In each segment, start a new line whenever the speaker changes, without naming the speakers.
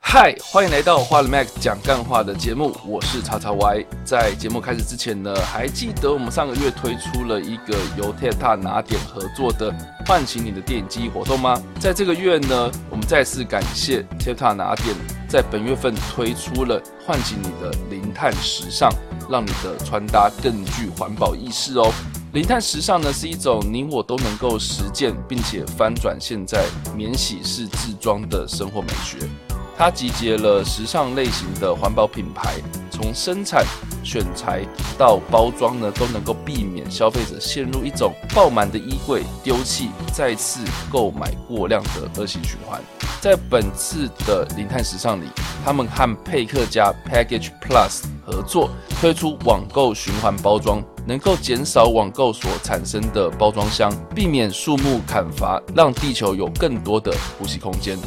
嗨，欢迎来到花了 Max 讲干话的节目，我是叉叉 Y。在节目开始之前呢，还记得我们上个月推出了一个由 Teta 拿点合作的“唤醒你的电影记忆”活动吗？在这个月呢，我们再次感谢 Teta 拿点在本月份推出了“唤醒你的零碳时尚”，让你的穿搭更具环保意识哦。零碳时尚呢是一种你我都能够实践，并且翻转现在免洗式制装的生活美学。它集结了时尚类型的环保品牌，从生产、选材到包装呢，都能够避免消费者陷入一种爆满的衣柜、丢弃、再次购买过量的恶性循环。在本次的零碳时尚里，他们和佩克家 Package Plus 合作推出网购循环包装，能够减少网购所产生的包装箱，避免树木砍伐，让地球有更多的呼吸空间。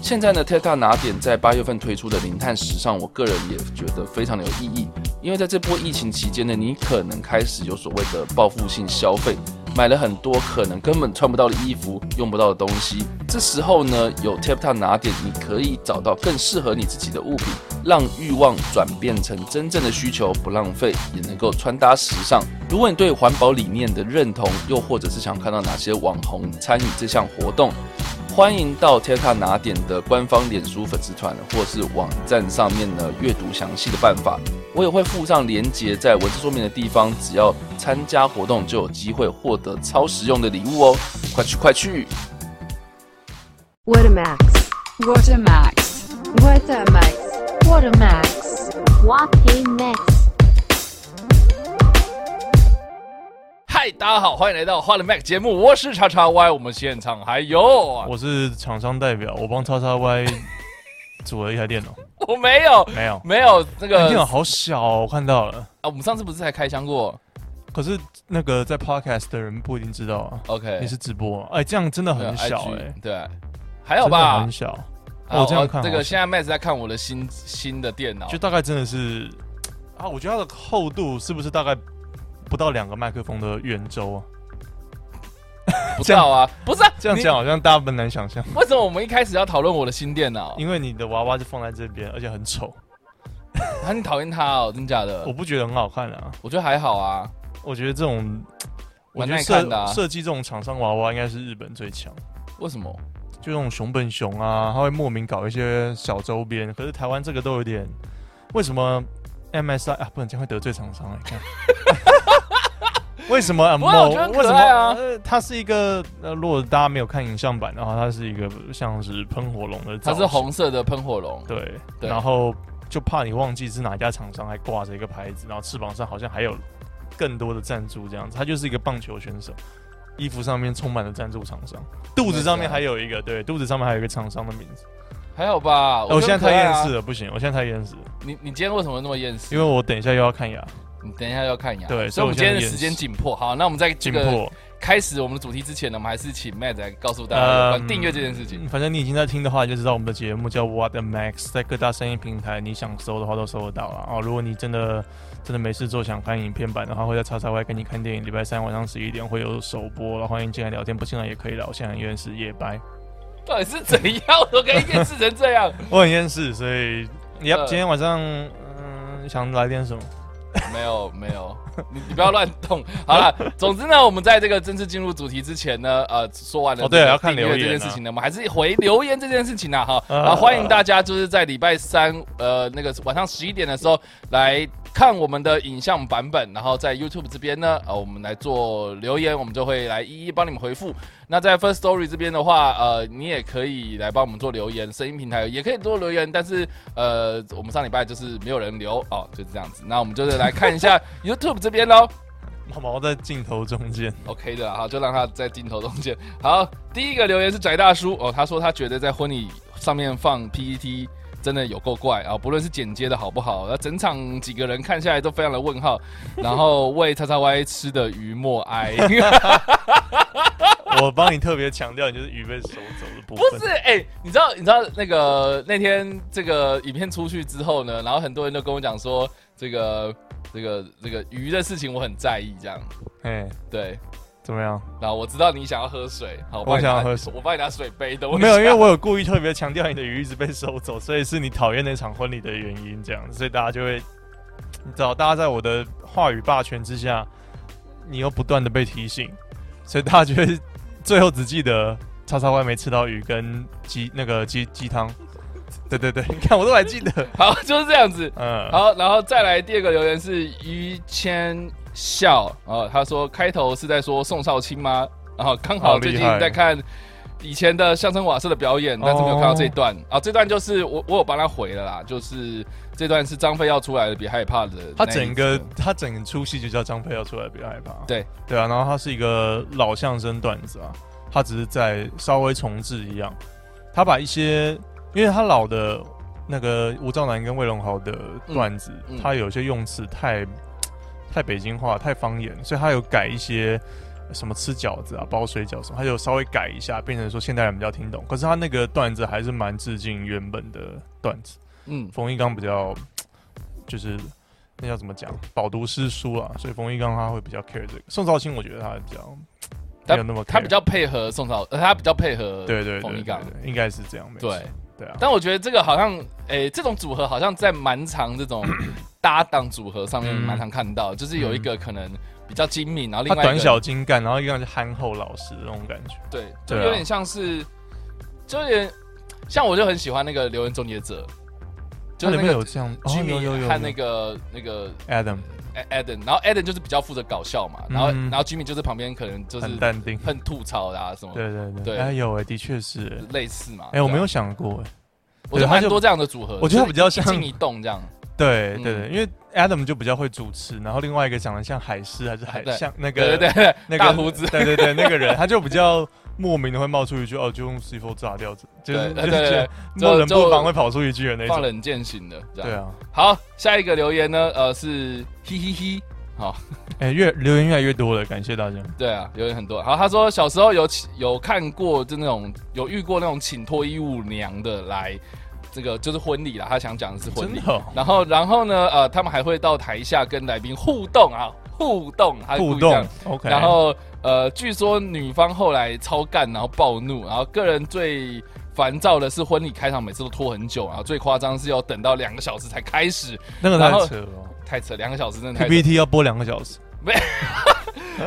现在呢，Teta 拿点在八月份推出的零碳时尚，我个人也觉得非常的有意义，因为在这波疫情期间呢，你可能开始有所谓的报复性消费，买了很多可能根本穿不到的衣服、用不到的东西。这时候呢，有 Teta 拿点，你可以找到更适合你自己的物品，让欲望转变成真正的需求，不浪费，也能够穿搭时尚。如果你对环保理念的认同，又或者是想看到哪些网红参与这项活动，欢迎到 Teta 拿点的官方脸书粉丝团或是网站上面呢阅读详细的办法。我也会附上链接在文字说明的地方，只要参加活动就有机会获得超实用的礼物哦！快去快去！
What a max.
What a max.
What a max. What a max.
What a max.
嗨，大家好，欢迎来到花了 Mac 节目，我是叉叉 Y，我们现场还有我
我是厂商代表，我帮叉 叉 Y 组了一台电脑，
我没有
没有，
没有那
那电
个
脑
啊，
好小、哦，我看到了。
我们上次不是才开箱过
可是那个在 Podcast 的人不一定知道啊，
？OK，
你是直播啊，哎、这样真的很小哎、
哦对
欸，
对，还好吧
真的很？小，
好
哦这样看
这
好
个
像
现在 Max 在看我的新新的电脑，
就大概真的是啊，我觉得它的厚度是不是大概不到两个麦克风的圆周啊？
不知道啊，不是啊，
这样
你
讲好像大家很难想象，
为什么我们一开始要讨论我的新电脑？
因为你的娃娃就放在这边，而且很丑，
啊，你讨厌它哦，真假的
我？不觉得很好看啊。
我觉得还好啊。
我觉得这种，我觉
蛮
得
耐看的啊
设设计这种厂商娃娃应该是日本最强。
为什么？
就那种熊本熊啊，他会莫名搞一些小周边。可是台湾这个都有点，为什么 MSI 啊？不能这样会得罪厂商哎、 看为什么
不会我
Amo？
觉得很
为什
可
么
爱啊
呃它是一个呃，如果大家没有看影像版的话，它是一个像是喷火龙的造
它
型，
是红色的喷火龙，
对，
对
然后就怕你忘记是哪一家厂商，还挂着一个牌子，然后翅膀上好像还有更多的赞助这样子。他就是一个棒球选手，衣服上面充满了赞助厂商，肚子上面还有一个，对，肚子上面还有一个厂商的名字。
还好吧？
哎我现在太厌世
了。
了，不行，我现在太厌世了，
啊你你今天为什么那么厌世？
因为我等一下又要看牙，
你等一下要看牙。
对
所以我们今
所
天
以我现在
的
厌
时
世
间紧迫。好，那我们在这
紧
个
迫。
开始我们的主题之前呢，我们还是请 Matt 来告诉大家有关
嗯
订阅这件事情。
嗯反正你已经在听的话，你就知道我们的节目叫 What the Max，在各大声音平台，你想搜的话都搜得到了。哦，如果你真的真的没事做，想看影片版的话，会在叉叉 Y 跟你看电影，礼拜三晚上十一点会有首播，然后欢迎进来聊天，不进来也可以聊。我现在很厌世，夜 掰，
到底是怎样？我都可以厌世成这 样？
我哦很厌世，所以你要、
呃
今天晚上嗯、想来点什么？
没有没有，你你不要乱动。好了，总之呢，我们在这个正式进入主题之前呢，呃，说完了
哦对
这个
要看
订阅
留言
这
啊
件事情呢，我们还是回留言这件事情呢，哈，
呃
啊，欢迎大家就是在礼拜三呃那个晚上十一点的时候来看我们的影像版本，然后在 YouTube 这边呢，呃，我们来做留言，我们就会来一一帮你们回复。那在 First Story 这边的话，呃，你也可以来帮我们做留言，声音平台也可以做留言，但是呃，我们上礼拜就是没有人留哦，就是这样子。那我们就是来看一下 YouTube 这边喽。
毛毛在镜头中间，
OK 的啦，好，就让他在镜头中间。好，第一个留言是宅大叔哦，他说他觉得在婚礼上面放 PPT 真的有够怪啊、不论是剪接的好不好，那整场几个人看下来都非常的问号，然后为叉叉 Y 吃的鱼默 哀，
我帮你特别强调，你就是鱼被手走的部
不
分。
是哎、你知道你知道那个那天这个影片出去之后呢，然后很多人都跟我讲说这个这个这个鱼的事情我很在意这样，
哎，
对，
怎么样？
然后我知道你想要喝水，好，
我想
帮
要
你拿
喝水
我帮你拿水杯等我一下。
没有，因为我有故意特别强调你的鱼一直被收走，所以是你讨厌那场婚礼的原因，这样，所以大家就会，你知道，大家在我的话语霸权之下，你又不断的被提醒，所以大家就会最后只记得叉叉 Y 没吃到鱼跟鸡那个鸡鸡汤。对对对，你看我都还记得，
好，就是这样子。
嗯，
好，然后再来第二个留言是于谦笑啊，他说开头是在说宋少卿吗？然后刚好
好
最
厉
近
害
在看以前的相声瓦舍的表演，但是没有看
哦
到这一段啊。这段就是我我有帮他回了啦，就是这段是张飞要出来了，比害怕的那
他
一
整个
次
他整出戏就叫张飞要出来，不要害怕。
对
对啊，然后他是一个老相声段子啊，他只是在稍微重置一样，他把一些因为他老的那个吴兆南跟魏龙豪的段子，
嗯嗯
他有些用词太太北京话、太方言，所以他有改一些。什么吃饺子啊，包水饺什么，他有稍微改一下，变成说现代人比较听懂。可是他那个段子还是蛮致敬原本的段子。
嗯
冯一刚比较就是那叫怎么讲，饱读诗书啊，所以冯一刚他会比较 care 这个。宋少卿我觉得他比较
他
没有那么 care,
他比较配合宋朝，呃，他比较配合
对对
冯
对
一
对
刚。
对应该是这样没错
对，
对啊，
但我觉得这个好像，诶、这种组合好像在蛮常这 种搭档组合上面
嗯
蛮常看到，就是有一个可能比较精明，然后另
他
外一个
短小精干，然后一个是憨厚老实的那种感觉。
对，就
对啊
有点像是，就有点像我就很喜欢那个《留言终结者》，就是
它里
那
面有
个
这样，哦，
居
有有
民
有
和那个那个
有 Adam
A- Adam，然后 Adam 就是比较负责搞笑嘛，然后
嗯
然后居民就是旁边可能就是
很淡定，
很吐槽啦、什么
对对
对
对，哎有哎，的确是哎
类似嘛。
哎，我
对啊
没有，想过哎，
我觉得
对他
蛮
就
多这样的组合，
我觉得他比较
就是
像
一静一动这样。
对
嗯
对对，因为 Adam 就比较会主持，然后另外一个长得像海狮还是海
对
像那
对
个
对对，
那个
大胡子，
对对对，那个人他就比较莫名的会冒出一句哦，就用 C4 炸掉，就是
对对
就
对对
是
就
莫人不防会跑出一句的那
放
种。
冷箭型的这
对
样。
啊，
好，下一个留言呢，呃，是嘿嘿嘿。
哎，越留言越来越多了，感谢大家。
对啊，留言很多。好，他说小时候有请有看过，就那种有遇过那种请脱衣舞娘的来，这个就是婚礼啦。他想讲的是婚
真
礼
的。哦
然后，然后呢，呃，他们还会到台下跟来宾互动啊，互动，他
互
故意这样
动，OK。
然后呃，据说女方后来超干，然后暴怒，然后个人最烦躁的是婚礼开场每次都拖很久，然后最夸张是要等到两个小时才开始，
那个
然
太
后
扯了
太扯，两个小时真的太扯。
，PPT 要播两个小时，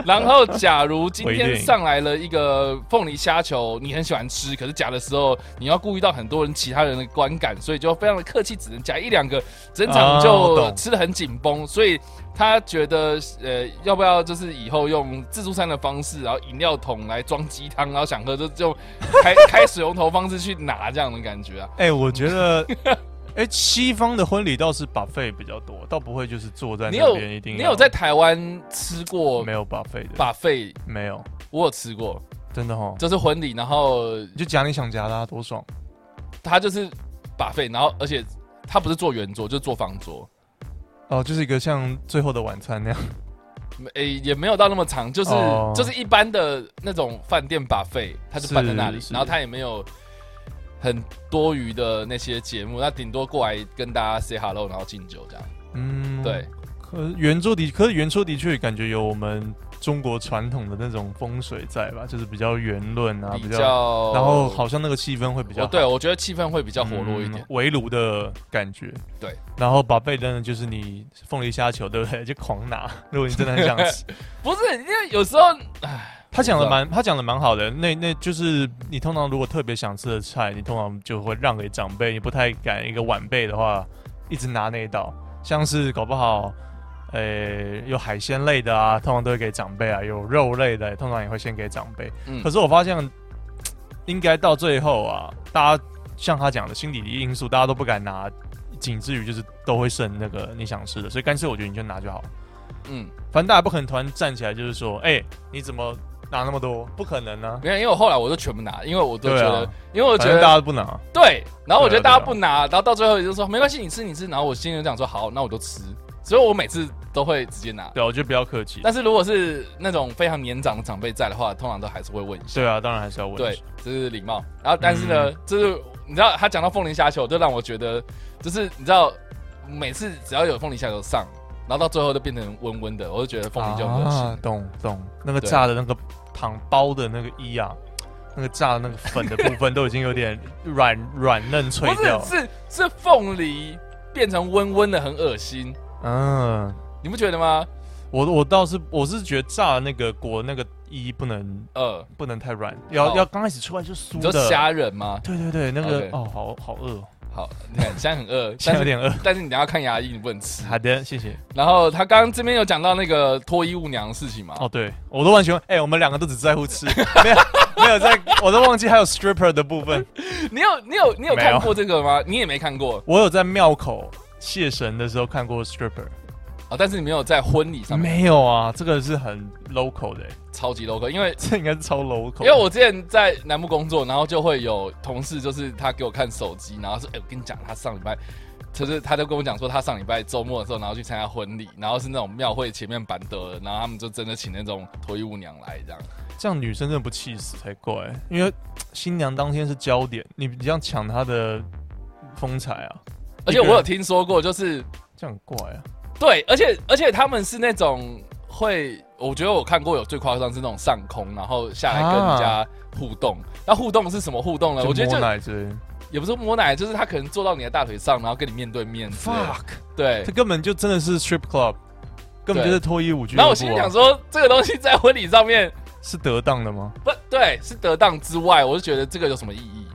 然后假如今
回
天
应
上来了一个凤梨虾球，你很喜欢吃，可是夹的时候你要顾虑到很多人其他人的观感，所以就非常的客气，只能夹一两个，整场
啊我
就
懂
吃的很紧绷，所以。他觉得，呃，要不要就是以后用自助餐的方式，然后饮料桶来装鸡汤，然后想喝就就用开 开水龙头方式去拿这样的感觉啊？
哎，我觉得。 哎，西方的婚礼倒是 buffet 比较多，倒不会就是坐在
你有
那边一定要。
你有在台湾吃过
没有 buffet 的？
把费？
没有，
我有吃过，
真的哈。
就是婚礼，然后
你就夹你想夹的啊，多爽！
他就是把费，然后而且他不是做圆桌，就是做方桌，
哦，就是一个像最后的晚餐那样。
诶、也没有到那么长，就是、
哦
就是一般的那种饭店把费，他就是办在那里，
是
然后他也没有很多余的那些节目，那顶多过来跟大家 say hello，然后敬酒这样。
嗯，
对，
可是圆桌的，可是圆桌的确感觉有我们中国传统的那种风水在吧，就是比较圆润啊，
比
比
较
较，然后，好像那个气氛会比较
我
好
对我觉得气氛会比较活络一点
嗯。围炉的感觉。
对，
然后把贝灯的就是你凤梨虾球，对不对？ 就狂拿，如果你真的很想吃。
不是，因为有时候
他讲的蛮，他讲的蛮好的。那那就是你通常如果特别想吃的菜，你通常就会让给长辈，你不太敢一个晚辈的话，一直拿那一道。像是搞不好，呃、有海鲜类的啊，通常都会给长辈啊；有肉类的，通常也会先给长辈。
嗯
可是我发现，应该到最后啊，大家像他讲的心理因素，大家都不敢拿，仅至于就是都会剩那个你想吃的，所以干脆我觉得你就拿就好了。
嗯，
反正大家不可能突然站起来就是说，哎、你怎么拿那么多？不可能啊！
没有，因为我后来我都全部拿，因为我都觉
对啊
得，因为我
我
觉得
大家都不拿，
对，然后我觉得
对
大
啊
家不拿，然后到最后也就是说没关系，你吃你吃，然后我心里就想说好，那我就吃，所以我每次都会直接拿。
对啊，我觉得不要客气。
但是如果是那种非常年长的长辈在的话，通常都还是会问一下，
对嗯啊，当然还是要问。
对，，这是礼貌。然后但是呢，就是你知道他讲到凤梨虾球，就让我觉得，就是你知道每次只要有凤梨虾球上，然后到最后就变成温温的，我就觉得凤梨就很恶心。
啊，懂懂，那个
对
炸的那个糖包的那个衣啊，那个炸的那个粉的部分都已经有点软 软嫩脆
不
掉了。
是是是凤梨变成温温的很恶心，
嗯，
你不觉得吗？
我我倒是我是觉得炸的那个裹那个衣不能
呃，
不能太软，要、
哦
要刚开始出来就酥
你说
的。
虾仁吗？
对对对，那个
OK
哦，好好饿哦，
好，你看现在很 饿，但
现在有
是
点饿。
但是你等一下看牙医，你不能吃。
好的，谢谢。
然后他刚刚这边有讲到那个脱衣舞娘的事情嘛？
哦，对，我都完全哎、我们两个都只在乎吃，没有没有在，我都忘记还有 stripper 的部分。
你有你有你有
没有
看过这个吗？你也没看过
我有在庙口谢神的时候看过 stripper，
哦，但是你没有在婚礼上面，
没有啊，这个是很 local 的、欸
超级 local，因为
这应该是超 local。
因为我之前在南部工作，然后就会有同事，就是他给我看手机，然后说：“哎、我跟你讲，他上礼拜，就是他就跟我讲说，他上礼拜周末的时候，然后去参加婚礼，然后是那种庙会前面板德的，然后他们就真的请那种脱衣舞娘来这样。
这样女生真的不气死才怪，因为新娘当天是焦点，你你这样抢她的风采啊，
而且我有听说过，就是
这样很怪啊。
对，而且而且他们是那种会，我觉得我看过有最夸张是那种上空，然后下来跟人家互动。那互动是什么互动啊呢？我觉得
啊就摸
就
奶之类的
也不是摸奶，就是他可能坐到你的大腿上，然后跟你面对面之类的。
，fuck，
对
这，根本就真的是 strip club，根本就是脱衣舞俱乐部啊、
然后我心里想说，这个东西在婚礼上面
是得当的吗？
不对，是得当之外，我就觉得这个有什么意义？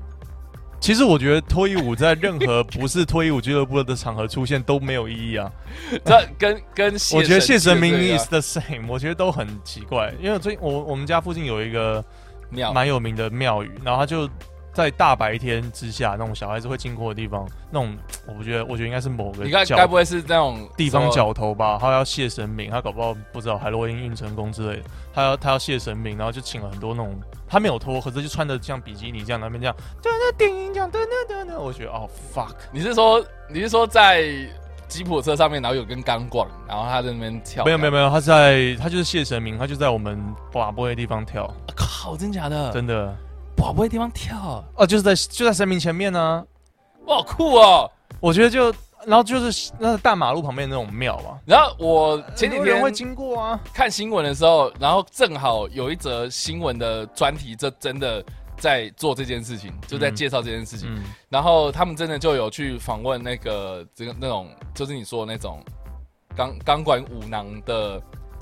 其实我觉得脱衣舞在任何不是脱衣舞俱乐部的场合出现都没有 意义啊。
这跟跟谢
我觉得谢神
神
明
明
is the same，我觉得都很奇怪。因为最近我我们家附近有一个
妙，
蛮有名的庙宇，然后他就在大白天之下，那种小孩子会经过的地方，那种我觉得我觉得应该是某个
你该
教
该不会是那种
地方
什么
角头吧，他要谢神明，他搞不好不知道海洛因运成功之类的，他要他要谢神明，然后就请了很多那种他没有脱，可是就穿的像比基尼这样，那边这样，对那顶这样，对那对那，我觉得哦 fuck，
你是说你是说在吉普车上面，然后有根钢管，然后他在那边跳？
没有没有
有，
没有，他在他就是谢神明，他就在我们广播的地方跳，
靠，真假的？
真的
宝贝地方跳，
嗯
啊
哦，就是在就在神明前面呢、啊
哇，好酷哦！
我觉得就然后就是那大马路旁边那种庙嘛，
然后我前几
很多人
天
会经过啊，
看新闻的时候，然后正好有一则新闻的专题，这真的在做这件事情，就在
嗯
介绍这件事情。
嗯，
然后他们真的就有去访问那个这个那种，就是你说的那种钢钢管舞娘的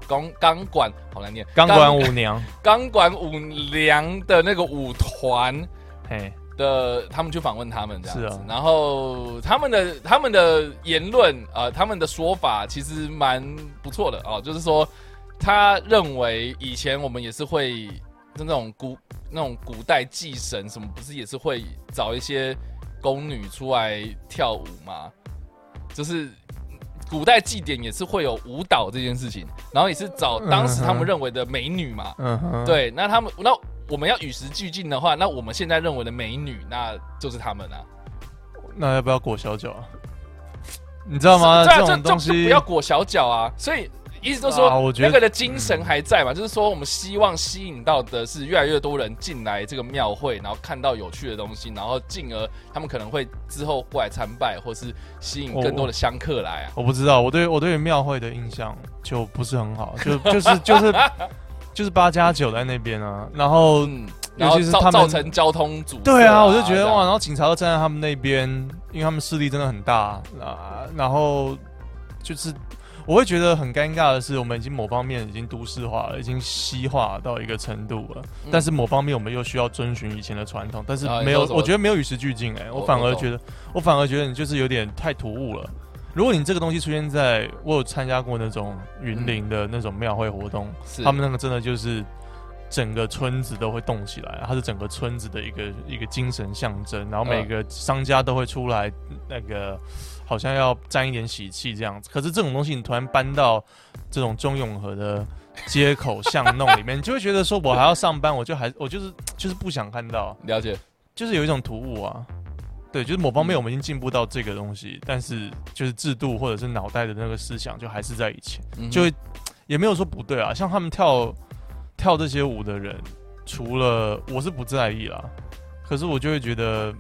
钢钢管好难念，
钢管舞娘，
钢管舞娘的那个舞团
嘿，
的，他们去访问他们这样子。
是啊
然后他们的他们的言论啊、呃他们的说法其实蛮不错的哦，就是说他认为以前我们也是会就那种古那种古代祭神什么，不是也是会找一些宫女出来跳舞吗？就是古代祭典也是会有舞蹈这件事情，然后也是找当时他
嗯
们
哼
认为的美女嘛，
嗯哼，，
对，那他们那我们要与时俱进的话，那我们现在认为的美女，那就是他们啊，
那要不要裹小脚啊？你知道吗？
是对啊，
这
就
种东
就就
西
不要裹小脚啊。所以意思就是说，
啊我觉得
那个的精神还在嘛，就是说我们希望吸引到的是越来越多人进来这个庙会，然后看到有趣的东西，然后进而他们可能会之后过来参拜，或是吸引更多的香客来啊。
我不知道，我对我对庙会的印象就不是很好，就就是就是 就是八加九在那边啊，然后、
嗯，
尤
然后
其是
造
他们
造成交通阻塞、
对啊，我就觉
这
得
样
哇，然后警察都站在他们那边，因为他们势力真的很大啊，然后就是我会觉得很尴尬的是，我们已经某方面已经都市化了，已经西化到一个程度了，
嗯
但是某方面我们又需要遵循以前的传统，但是
啊你
没有，
说什么
我觉得没有与时俱进哎、
我
我反
我
而
懂
觉得，我反而觉得你就是有点太突兀了。如果你这个东西出现在我有参加过那种云林的那种庙会活动，
是
他们那个真的就是整个村子都会动起来，它是整个村子的一个一个精神象征，然后每
嗯
个商家都会出来，那个好像要沾一点喜气这样子。可是这种东西你突然搬到这种中永和的街口巷弄里面，你就会觉得说我还要上班，我就还我就是就是不想看到，
了解。
就是有一种突兀啊。对，就是某方面
嗯
我们已经进步到这个东西，但是就是制度或者是脑袋的那个思想就还是在以前。
嗯哼
就会也没有说不对啊。像他们跳跳这些舞的人，除了我是不在意啦，可是我就会觉得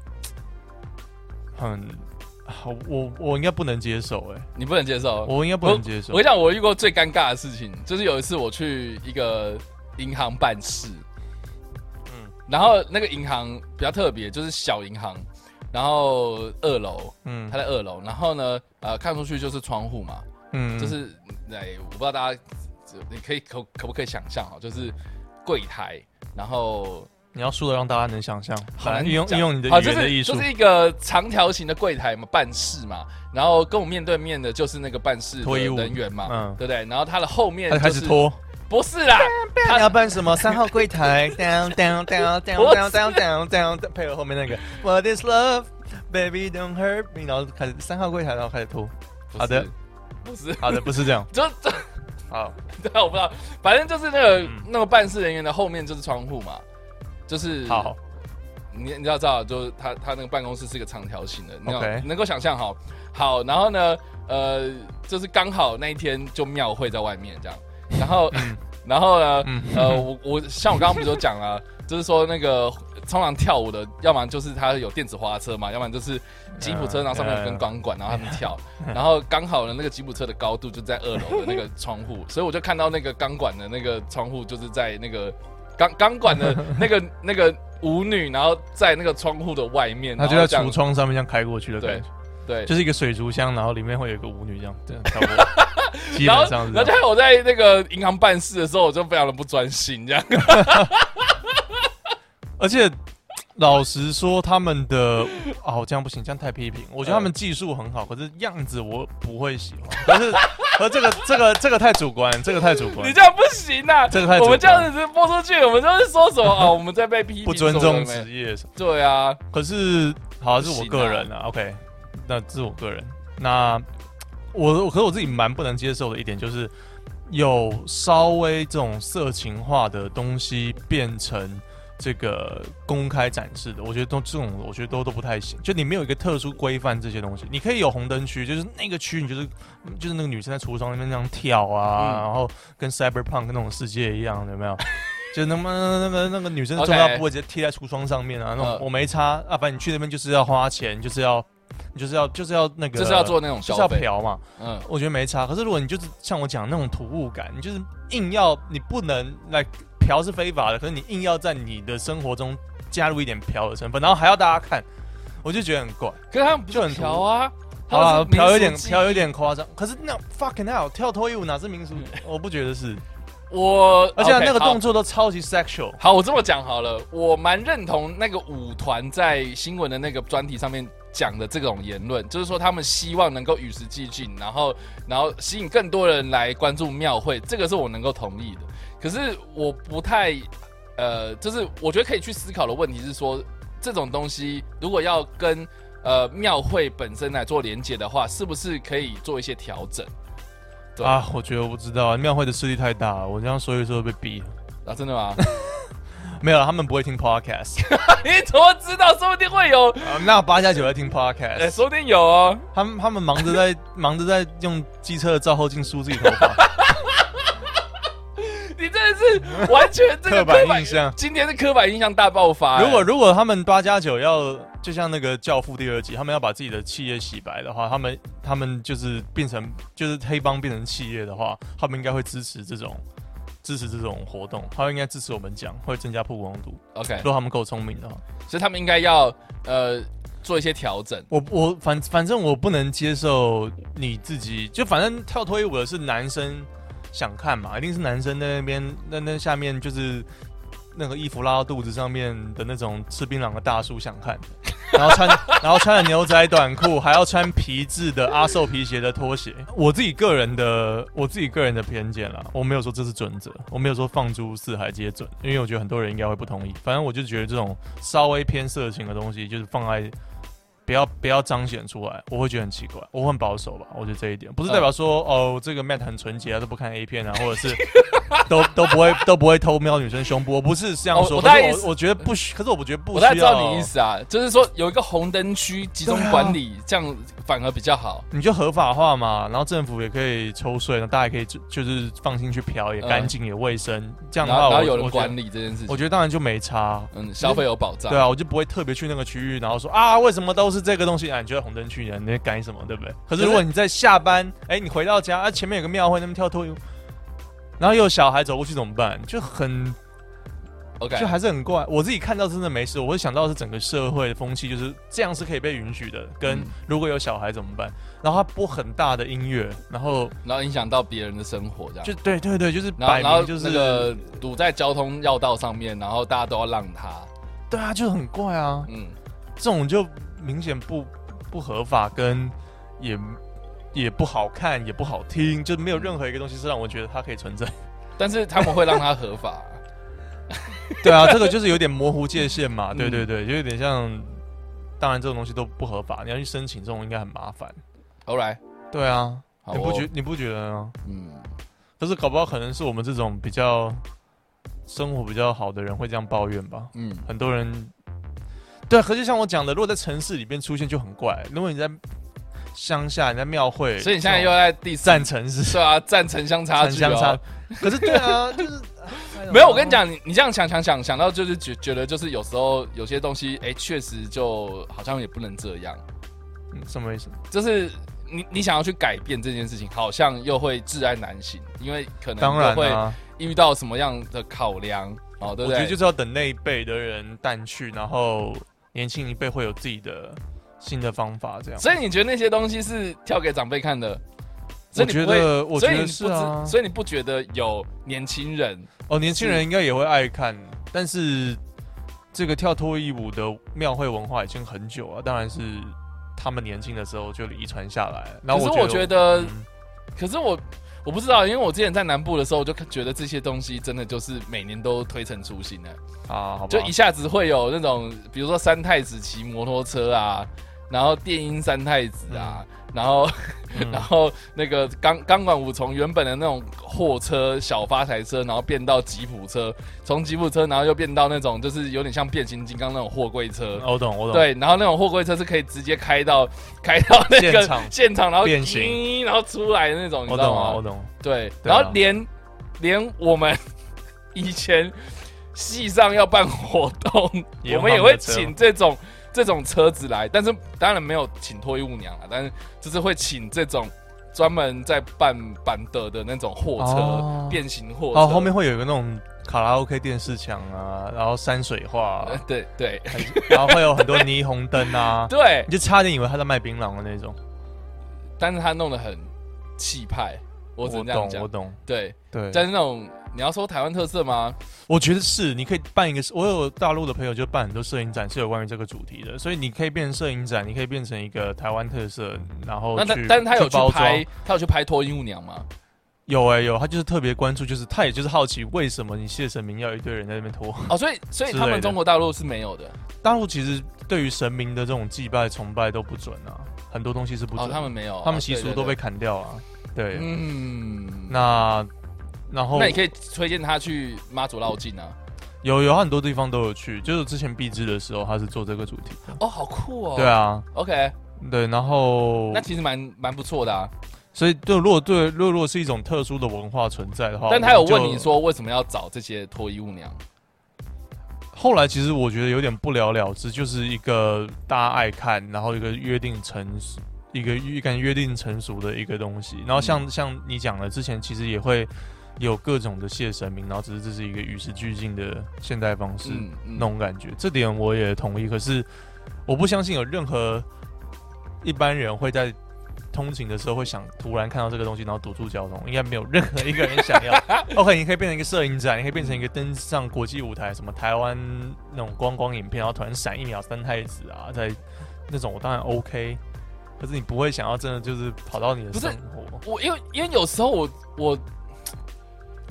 很啊我我应该不能接受哎、
你不能接受，
我应该不能接受
我跟你讲，我遇过最尴尬的事情，就是有一次我去一个银行办事，嗯
嗯，
然后那个银行比较特别，就是小银行，然后二楼，
嗯
它在二楼，然后呢，呃，看出去就是窗户嘛，
嗯，
就是哎，我不知道大家，你可以可可不可以想象哈，就是柜台，然后
你要说的让大家能想象，
好
来
难
运用
讲
运用你的
好
语
就
言的艺
是
术
就，是一个长条形的柜台嘛，办事嘛，然后跟我面对面的就是那个办事的
脱衣舞
人员嘛，
嗯
对不对？然后他的后面、
他
就是、
开始，脱，
不是啦，
他啊要办什么？三号柜台，down down down down down down down down，配合后面 那个 What is love, baby don't hurt me，然后开始三号柜台，然后开始脱。
不是
好的，
不是，
好的，不是这样，
就就
好，
对，我不知道，反正就是那个、
嗯
那个办事人员的后面就是窗户嘛，就是
好，
你你要知道，就是他他那个办公室是一个长条形的，你
OK
能够想象好，好，然后呢，呃，就是刚好那一天就庙会在外面这样，然后 然后呢，
嗯
呃，我我像我刚刚不是有讲了， 就是说那个通常跳舞的，要不然就是他有电子花车嘛，要不然就是吉普车，
嗯
然后上面有根钢管，然后他们跳，
哎
然后刚好呢，那个吉普车的高度就在二楼的那个窗户，所以我就看到那个钢管的那个窗户就是在那个钢钢管 的那个那个舞女，然后在那个窗户的外面，
他就
然
在
后这样
橱窗上面这样开过去的
对
感觉，
对，
就是一个水族箱，然后里面会有一个舞女这样，这样跳过， 基
然后
本上是
然后
这
就
样。
害我在那个银行办事的时候，我就非常的不专心，这样
而且老实说，他们的哦这样不行，这样太批评。我觉
嗯
得他们技术很好，可是样子我不会喜欢。可是，可是这个这个这个太主观，这个太主 观
你。这样不行啊！
这个太主观
我们这样子播出去，我们就是说什么啊？我们在被批评，
不尊
什么
重
的没
职业什么，
对啊，
可是好这是我
不行啊
个人啊，OK，那这是我个人。那我我可是我自己蛮不能接受的一点就是，有稍微这种色情化的东西变成这个公开展示的，我觉得都这种，我觉得都都不太行。就你没有一个特殊规范这些东西，你可以有红灯区，就是那个区你就是就是那个女生在橱窗那边那样跳啊，
嗯
然后跟 Cyberpunk 那种世界一样，有没 有？就那么那个那个女生
OK
重要部位直接贴在橱窗上面啊，那种
嗯
我没差啊，反正你去那边就是要花钱，就是要你就是要就是要那个，
就是要做那种
就
消
是要
费，
嫖嘛，
嗯，
我觉得没差。可是如果你就是像我讲的那种突兀感，你就是硬要你不能来嫖是非法的，可是你硬要在你的生活中加入一点嫖的成分，然后还要大家看，我就觉得很怪。
可是他们不
就很
是嫖啊，
好啊，
他们是
嫖有点
民俗技艺
嫖有，点夸张，可是那 fucking hell 跳脱衣舞哪是民俗？我不觉 得是，
我
而且它
嗯 OK，
那个
好
动作都超级 sexual。
好，我这么讲好了，我蛮认同那个舞团在新闻的那个专题上面讲的这种言论，就是说他们希望能够与时俱进，然后然后吸引更多人来关注庙会，这个是我能够同意的。可是我不太，呃，就是我觉得可以去思考的问题是说，这种东西如果要跟呃庙会本身来做连接的话，是不是可以做一些调整？对
啊，我觉得我不知道，庙会的势力太大了，我这样说一说被逼了。
啊，真的吗？
没有啦，他们不会听 podcast，
你怎么知道？说不定会有，
啊那八加九在听
哎、
podcast，
说不定有哦。
他们他们忙着 在忙着在用机车的照后镜梳自己头 发，
你真的是完全这个
啊刻板印象
今天是刻板印象大爆发、欸
如果如果他们八加九要就像那个《教父》第二集，他们要把自己的企业洗白的话，他们他们就是变成就是黑帮变成企业的话，他们应该会支持这种支持这种活动，他们应该支持我们讲，会增加曝光度。
OK，
如果他们够聪明的话，
所以他们应该要呃做一些调整。
我我反反正我不能接受你自己，就反正跳脱衣舞的是男生想看嘛，一定是男生在那边那那下面就是那个衣服拉到肚子上面的那种吃槟榔的大叔想看，然后穿 然后穿着牛仔短裤，还要穿皮质的阿寿皮鞋的拖鞋。我自己个人的我自己个人的偏见啦，我没有说这是准则，我没有说放诸四海皆准，因为我觉得很多人应该会不同意。反正我就觉得这种稍微偏色情的东西，就是放在。不要不要彰显出来，我会觉得很奇怪，我会很保守吧，我觉得这一点不是代 表说、哦，这个 Matt 很纯洁啊，都不看 A 片啊，或者是 都都不会都不会偷瞄女生胸部，我不是这样
哦
说，
我
可是
大概意思
我我觉得不需，可是我不觉得不
我
需要。
大概知道你意，思啊，就是说有一个红灯区集中管理，
啊
这样反而比较好。
你就合法化嘛，然后政府也可以抽税，然后大家也可以就就是放心去嫖，也
嗯
干净、也卫生，这样
然
的话
后然
我
后有人
我觉得
管理这件事情，
我觉得当然就没差。
嗯，消费有保障。
对啊，我就不会特别去那个区域，然后说啊，为什么都是这个东西啊，你就在红灯区，你在改什么，对不对？可
可是
是如果你在下班，哎、你回到家啊，前面有个庙会，那边跳脱衣舞，然后又有小孩走过去怎么办？就很
OK，
就还是很怪。我自己看到真的没事，我会想到是整个社会的风气就是这样是可以被允许的，跟
嗯
如果有小孩怎么办？然后他播很大的音乐，然后
然后影响到别人的生活这样。
就对对对，就是
然后
摆
然后
明就是
那个堵在交通要道上面，然后大家都要让他，
对啊，就很怪啊，
嗯，
这种就明显不不合法，跟也也不好看，也不好听，就没有任何一个东西是让我觉得它可以存在。
但是他们会让他合 法，
对 啊，这个就是有点模糊界限嘛，
嗯
对对对，就有点像，当然这种东西都不合法，你要去申请这种应该很麻烦。
后来
对啊，
好
你不
哦
觉你不觉得吗？
嗯，
可是搞不好可能是我们这种比较生活比较好的人会这样抱怨吧。
嗯，
很多人，对啊，可是像我讲的，如果在城市里边出现就很怪。如果你在乡下，你在庙会，
所以你现在又在第三，
站城市，
是啊，站城乡差
城
距
乡差哦
哦。。
可是对啊，就是
没有，我跟你，讲，你你这样想想想想到就是觉觉得就是有时候有些东西，哎，确实就好像也不能这样，
嗯什么意思？
就是你你想要去改变这件事情，好像又会挚爱难行，因为可能
当
又
然
会
啊，
遇到什么样的考量，哦，对不
我觉得
对
就？是要等那一辈的人淡去，然后年轻一辈会有自己的新的方法，这样。
所以你觉得那些东西是跳给长辈看的？所
我
以你
觉
不会
得，我觉
所以你
得
不
是
知，
啊。
所以你不觉得有年轻人
哦，年轻人应该也会爱看，但是这个跳脱衣舞的庙会文化已经很久了，当然是他们年轻的时候就遗传下来了。然后
可是
我
我觉得
嗯
可是我我不知道，因为我之前在南部的时候，我就觉得这些东西真的就是每年都推陈出新的，
啊，好吧
就一下子会有那种，比如说三太子骑摩托车啊，然后电音三太子啊，然后、
嗯
然后那个钢钢管舞从原本的那种货车小发财车，然后变到吉普车，从吉普车然后又变到那种就是有点像变形金刚那种货柜车，
呃我懂，我懂，，
对，然后那种货柜车是可以直接开到 开到那个
现场
现场，然后
变形
叮，然后出来的那种，你
我
知
懂
道
啊，我
吗？
懂。
对，
对
然
啊
后连连我们 以前系上要办活动，
也
我
用
们也
他们
会
的车
请这种这种车子来，但是当然没有请脱衣舞娘了，但是就是会请这种专门在办板的的那种货车，
哦
变形货车。
哦，后面会有一个那种卡拉 OK 电视墙啊，然后山水画啊、
呃 对对
然后会有很多霓虹灯啊，
对
你，就差点以为他在卖槟榔的那种。
但是他弄得很气派，我只能这样
懂，
讲。
我懂，
对，
对。
但是那种你要说台湾特色吗？
我觉得是，你可以办一个，我有大陆的朋友就办很多摄影展，是有关于这个主题的，所以你可以变成摄影展，你可以变成一个台湾特色，然后
那
哦去
他但是他有去
包装
拍，他有去拍脱衣舞娘吗？
有哎、有，他就是特别关注，就是他也就是好奇为什么你谢神明要有一堆人在那边拖。
哦，所以所以
之
他
类
们
的
中国大陆是没有的，
大陆其实对于神明的这种祭拜崇拜都不准啊，很多东西是不准
哦，
的，
他们没有，
他们
哦
习俗
对对
都
对
被砍掉啊。对，
嗯，那
那然后
那你可以推荐他去妈祖绕境啊，
有有他很多地方都有去，就是之前毕制的时候他是做这个主题的。
哦，好酷哦，
对啊，
，OK，
对，然后
那其实蛮蛮不错的啊，
所以，对，如果对，如果如果是一种特殊的文化存在的话，
但他有
我们
问
就
你，说为什么要找这些脱衣舞娘？
后来其实我觉得有点不了了之，就是一个大家爱看，然后一个约定成熟一个预感约定成熟的一个东西。然后
嗯
像、像你讲的，之前其实也会有各种的谢神明，然后只是这是一个与时俱进的现代方式，
嗯嗯
那种感觉，这点我也同意。可是我不相信有任何一般人会在通勤的时候会想突然看到这个东西，然后堵住交通，应该没有任何一个人想 要。OK，你可以变成一个摄影展，你可以变成一个登上国际舞台，什么台湾那种观光影片，然后突然闪一秒三太子啊，在那种我当然 OK。可是你不会想要真的就是跑到你的
不是
生活，
我因为因为有时候我我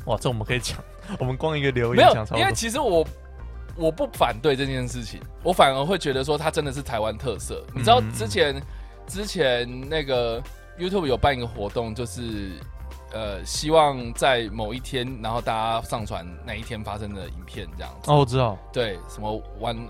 哇，这我们可以讲，我们光一个留
没
言
有
讲，超
因
多
为。其实我我不反对这件事情，我反而会觉得说它真的是台湾特色。你知道
嗯
之前之前那个 YouTube 有办一个活动，就是呃希望在某一天，然后大家上传那一天发生的影片这样子。
哦，我知道
对，什么 One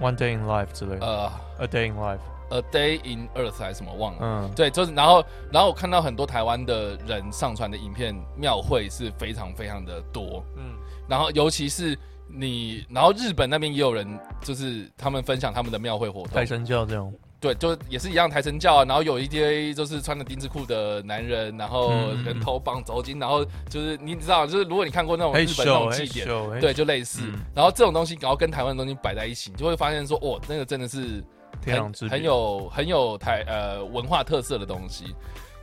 ，One Day in Life 之类的、
呃
a Day in Life，
A Day in Earth 还是什么忘了。
嗯，
对，就是然后然后我看到很多台湾的人上传的影片，庙会是非常非常的多。
嗯
然后尤其是你，然后日本那边也有人，就是他们分享他们的庙会活动，
拜神教这种，
对，就也是一样抬神教、啊，然后有一堆就是穿着丁字裤的男人，然后
嗯嗯嗯
人头绑头巾，然后就是你知道，就是如果你看过那种
嘿
日本那种
咻
祭
嘿
典，
咻嘿
对，就类似。
嗯
然后这种东西，然后跟台湾的东西摆在一起，你就会发现说，哦，那个真的是
天壤之
很
别
很有很有台呃文化特色的东西。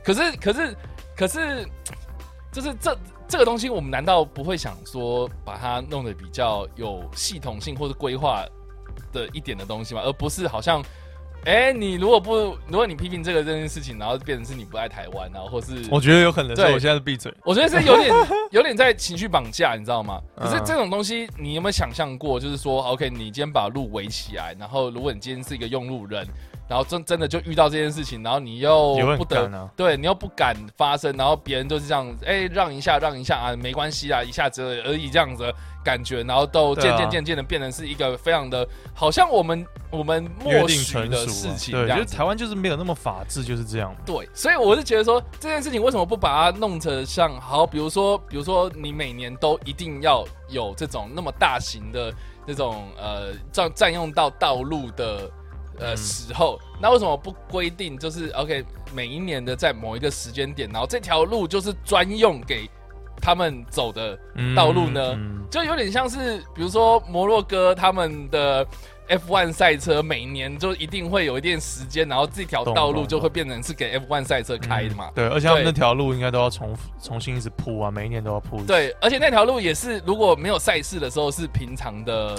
可是可是可是，就是这这个东西，我们难道不会想说把它弄得比较有系统性或者规划的一点的东西吗？而不是好像。哎、你如果不，如果你批评这个这件事情，然后变成是你不爱台湾，然啊后或是
我觉得有可能，所以
对
我现在是闭嘴。
我觉得是有 点有点在情绪绑架，你知道吗？可是
嗯
这种东西，你有没有想象过？就是说，OK，你今天把路围起来，然后如果你今天是一个用路人，然后真真的就遇到这件事情，然后你又
也会很
不得
干啊
对你又不敢发声，然后别人就是这样，哎、让一下，让一下啊，没关系啊，一下子而已这样子的感觉，然后都
对
渐
啊
渐渐渐的变成是一个非常的，好像我们我们
约
默
定
许
成
的
熟
事
啊，
情，这
对，就是
样子。
台湾就是没有那么法治，就是这样。
对，所以我是觉得说这件事情为什么不把它弄成像好，比如说，比如说你每年都一定要有这种那么大型的这种呃占占用到道路的呃、
嗯
时候，那为什么不规定就是 OK 每一年的在某一个时间点，然后这条路就是专用给他们走的
嗯
道路呢？
嗯
就有点像是，比如说摩洛哥他们的 F1 赛车，每年就一定会有一定时间，然后这条道
懂
路
懂嗯
就会变成是给 F1 赛车开的嘛。
对，而且他们
对
那条路应该都要重复重新一直铺啊，每一年都要铺。，
对，而且那条路也是，如果没有赛事的时候，是平常的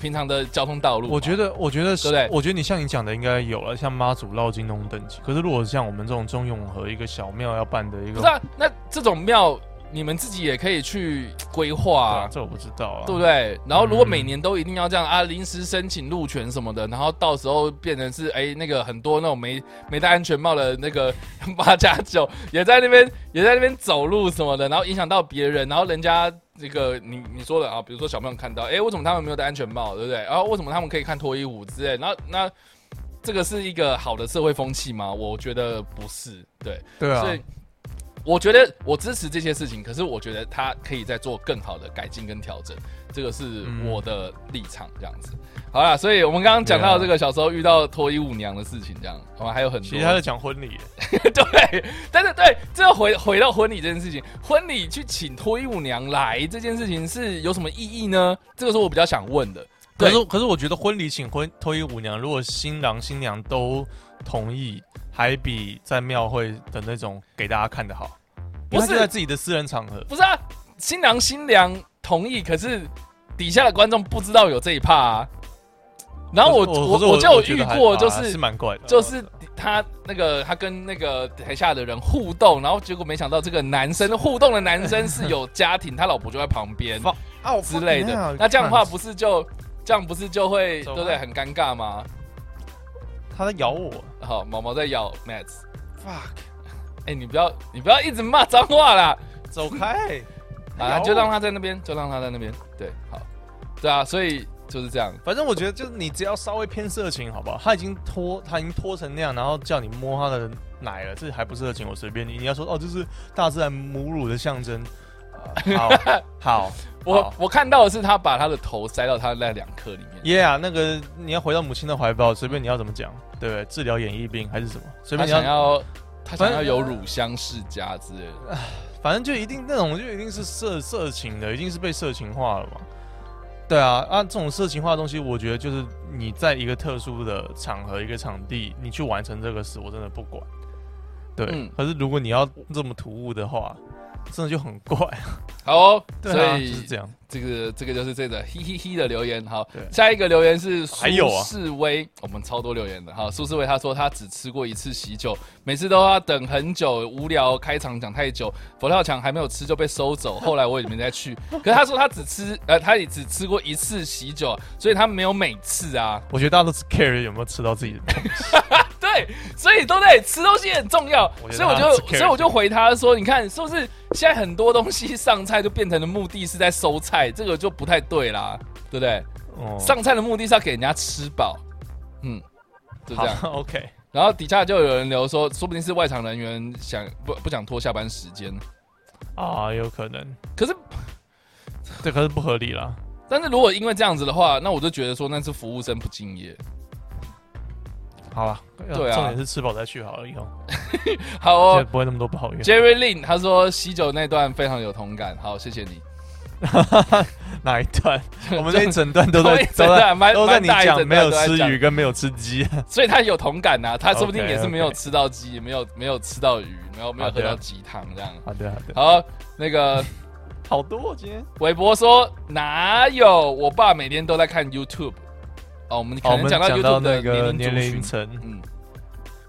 平常的交通道路嘛。
我觉得，我觉得是
对不对，
我觉得你像你讲的应该有了，像妈祖绕境那种等级。可是如果像我们这种中永和一个小庙要办的一
不
个，
是啊，那这种庙你们自己也可以去规
对
划、
啊，这我不知道啊，
对不？对？然后如果
嗯
每年都一定要这样啊，临时申请入权什么的，然后到时候变成是哎，那个很多那种没没戴安全帽的那个 八加九也在那边也在那边走路什么的，然后影响到别人，然后人家这个你你说的啊，比如说小朋友看到，哎，为什么他们没有戴安全帽，对不对？然后为什么他们可以看脱衣舞之类？然后那这个是一个好的社会风气吗？我觉得不是，对。
对啊
所，以我觉得我支持这些事情，可是我觉得他可以再做更好的改进跟调整，这个是我的立场，这样子。好啦，所以我们刚刚讲到这个小时候遇到脱衣舞娘的事情，这样，我们还有很多。
其实他在讲婚礼，
对，但是对，这个回回到婚礼这件事情，婚礼去请脱衣舞娘来这件事情是有什么意义呢？这个是我比较想问的。对
可是可是我觉得婚礼请婚脱衣舞娘，如果新郎新娘都同意，还比在庙会的那种给大家看的好。因为他
不是
就在自己的私人场合，
不是啊，新郎新娘同意，可是底下的观众不知道有这一趴、啊。然后我
可是
我
可是
我就有
觉
遇
得还
过，就
啊
是
是蛮怪的，
就是他那个他跟那个台下的人互动，然后结果没想到这个男生互动的男生是有家庭，他老婆就在旁边
放啊
之类的。那这样的话不是就这样不是就会
走
对
啊
不对很尴尬吗？
他在咬我，
好，毛毛在咬 Matt。Fuck！哎、你不要你不要一直骂脏话啦，
走 开，
啊，
咬我
就让他在那边，就让他在那边。对，好，对啊，所以就是这样。
反正我觉得就是你只要稍微偏色情，好不好？他已经脱，他已经脱成那样，然后叫你摸他的奶了，这还不色情，我随便你。你要说哦，这是大自然母乳的象征，呃好 好，
我
好
我看到的是他把他的头塞到他那两颗里面。
，Yeah，那个你要回到母亲的怀抱，随便你要怎么讲，对不对？治疗演疫病还是什么，随
他
便你
想
要，
要，他想要
反正
有乳香世家之类的。
反正就一定那种就一定是色色情的，一定是被色情化了嘛。对啊，啊，这种色情化的东西，我觉得就是你在一个特殊的场合、一个场地，你去完成这个事，我真的不管。对，
嗯
可是如果你要这么突兀的话，真的就很怪。
好、哦，
对
所
啊，就
以、
是这样。
这个这个就是这个嘿嘿嘿的留言。好
对，
下一个留言是
还有啊
苏世威，我们超多留言的哈。苏世威他说他只吃过一次喜酒，每次都要等很久，无聊开场讲太久，佛跳墙还没有吃就被收走。后来我也没再 去，可是他说他只吃呃，他也只吃过一次喜酒，啊所以他没有每次啊。
我觉得大家都是 care 有没有吃到 自己的东西。
对，所以都对，吃东西很重要，
我觉
所
得
以我
他
就
很 care
所以我就回他说，你看是不是现在很多东西上菜就变成了目的是在收菜，这个就不太对啦，对不对？
哦，
上菜的目的是要给人家吃饱，嗯，就这样。
好 ，OK，
然后底下就有人留说，说不定是外场人员想不不想拖下班时间，
啊，有可能，
可是
这可是不合理啦。
但是如果因为这样子的话，那我就觉得说那是服务生不敬业。
好了，要
对啊
重点是吃饱再去好了，以后
好
现在
哦
不会那么多抱怨。
，Jerry Lin 他说喜酒那段非常有同感，好，谢谢 你。
哪一 段？我们这一整段都在
同一整
都在
段蛮
都在你
蛮大一整段
讲没
都
有
在
吃
讲
鱼跟没有吃鸡。
所以他有同感呐、他说不定
OK，
也是没有
OK
吃到鸡，也没有没有吃到鱼，没有没有
好
喝
的
到鸡汤这样。
好的好的，
好，那个
好多哦今天。
韦伯说哪有，我爸每天都在看 YouTube。哦，我们可
哦，我
能
们
讲到
讲到
YouTube
那
的
个
龄
年
族群
龄，层，
嗯，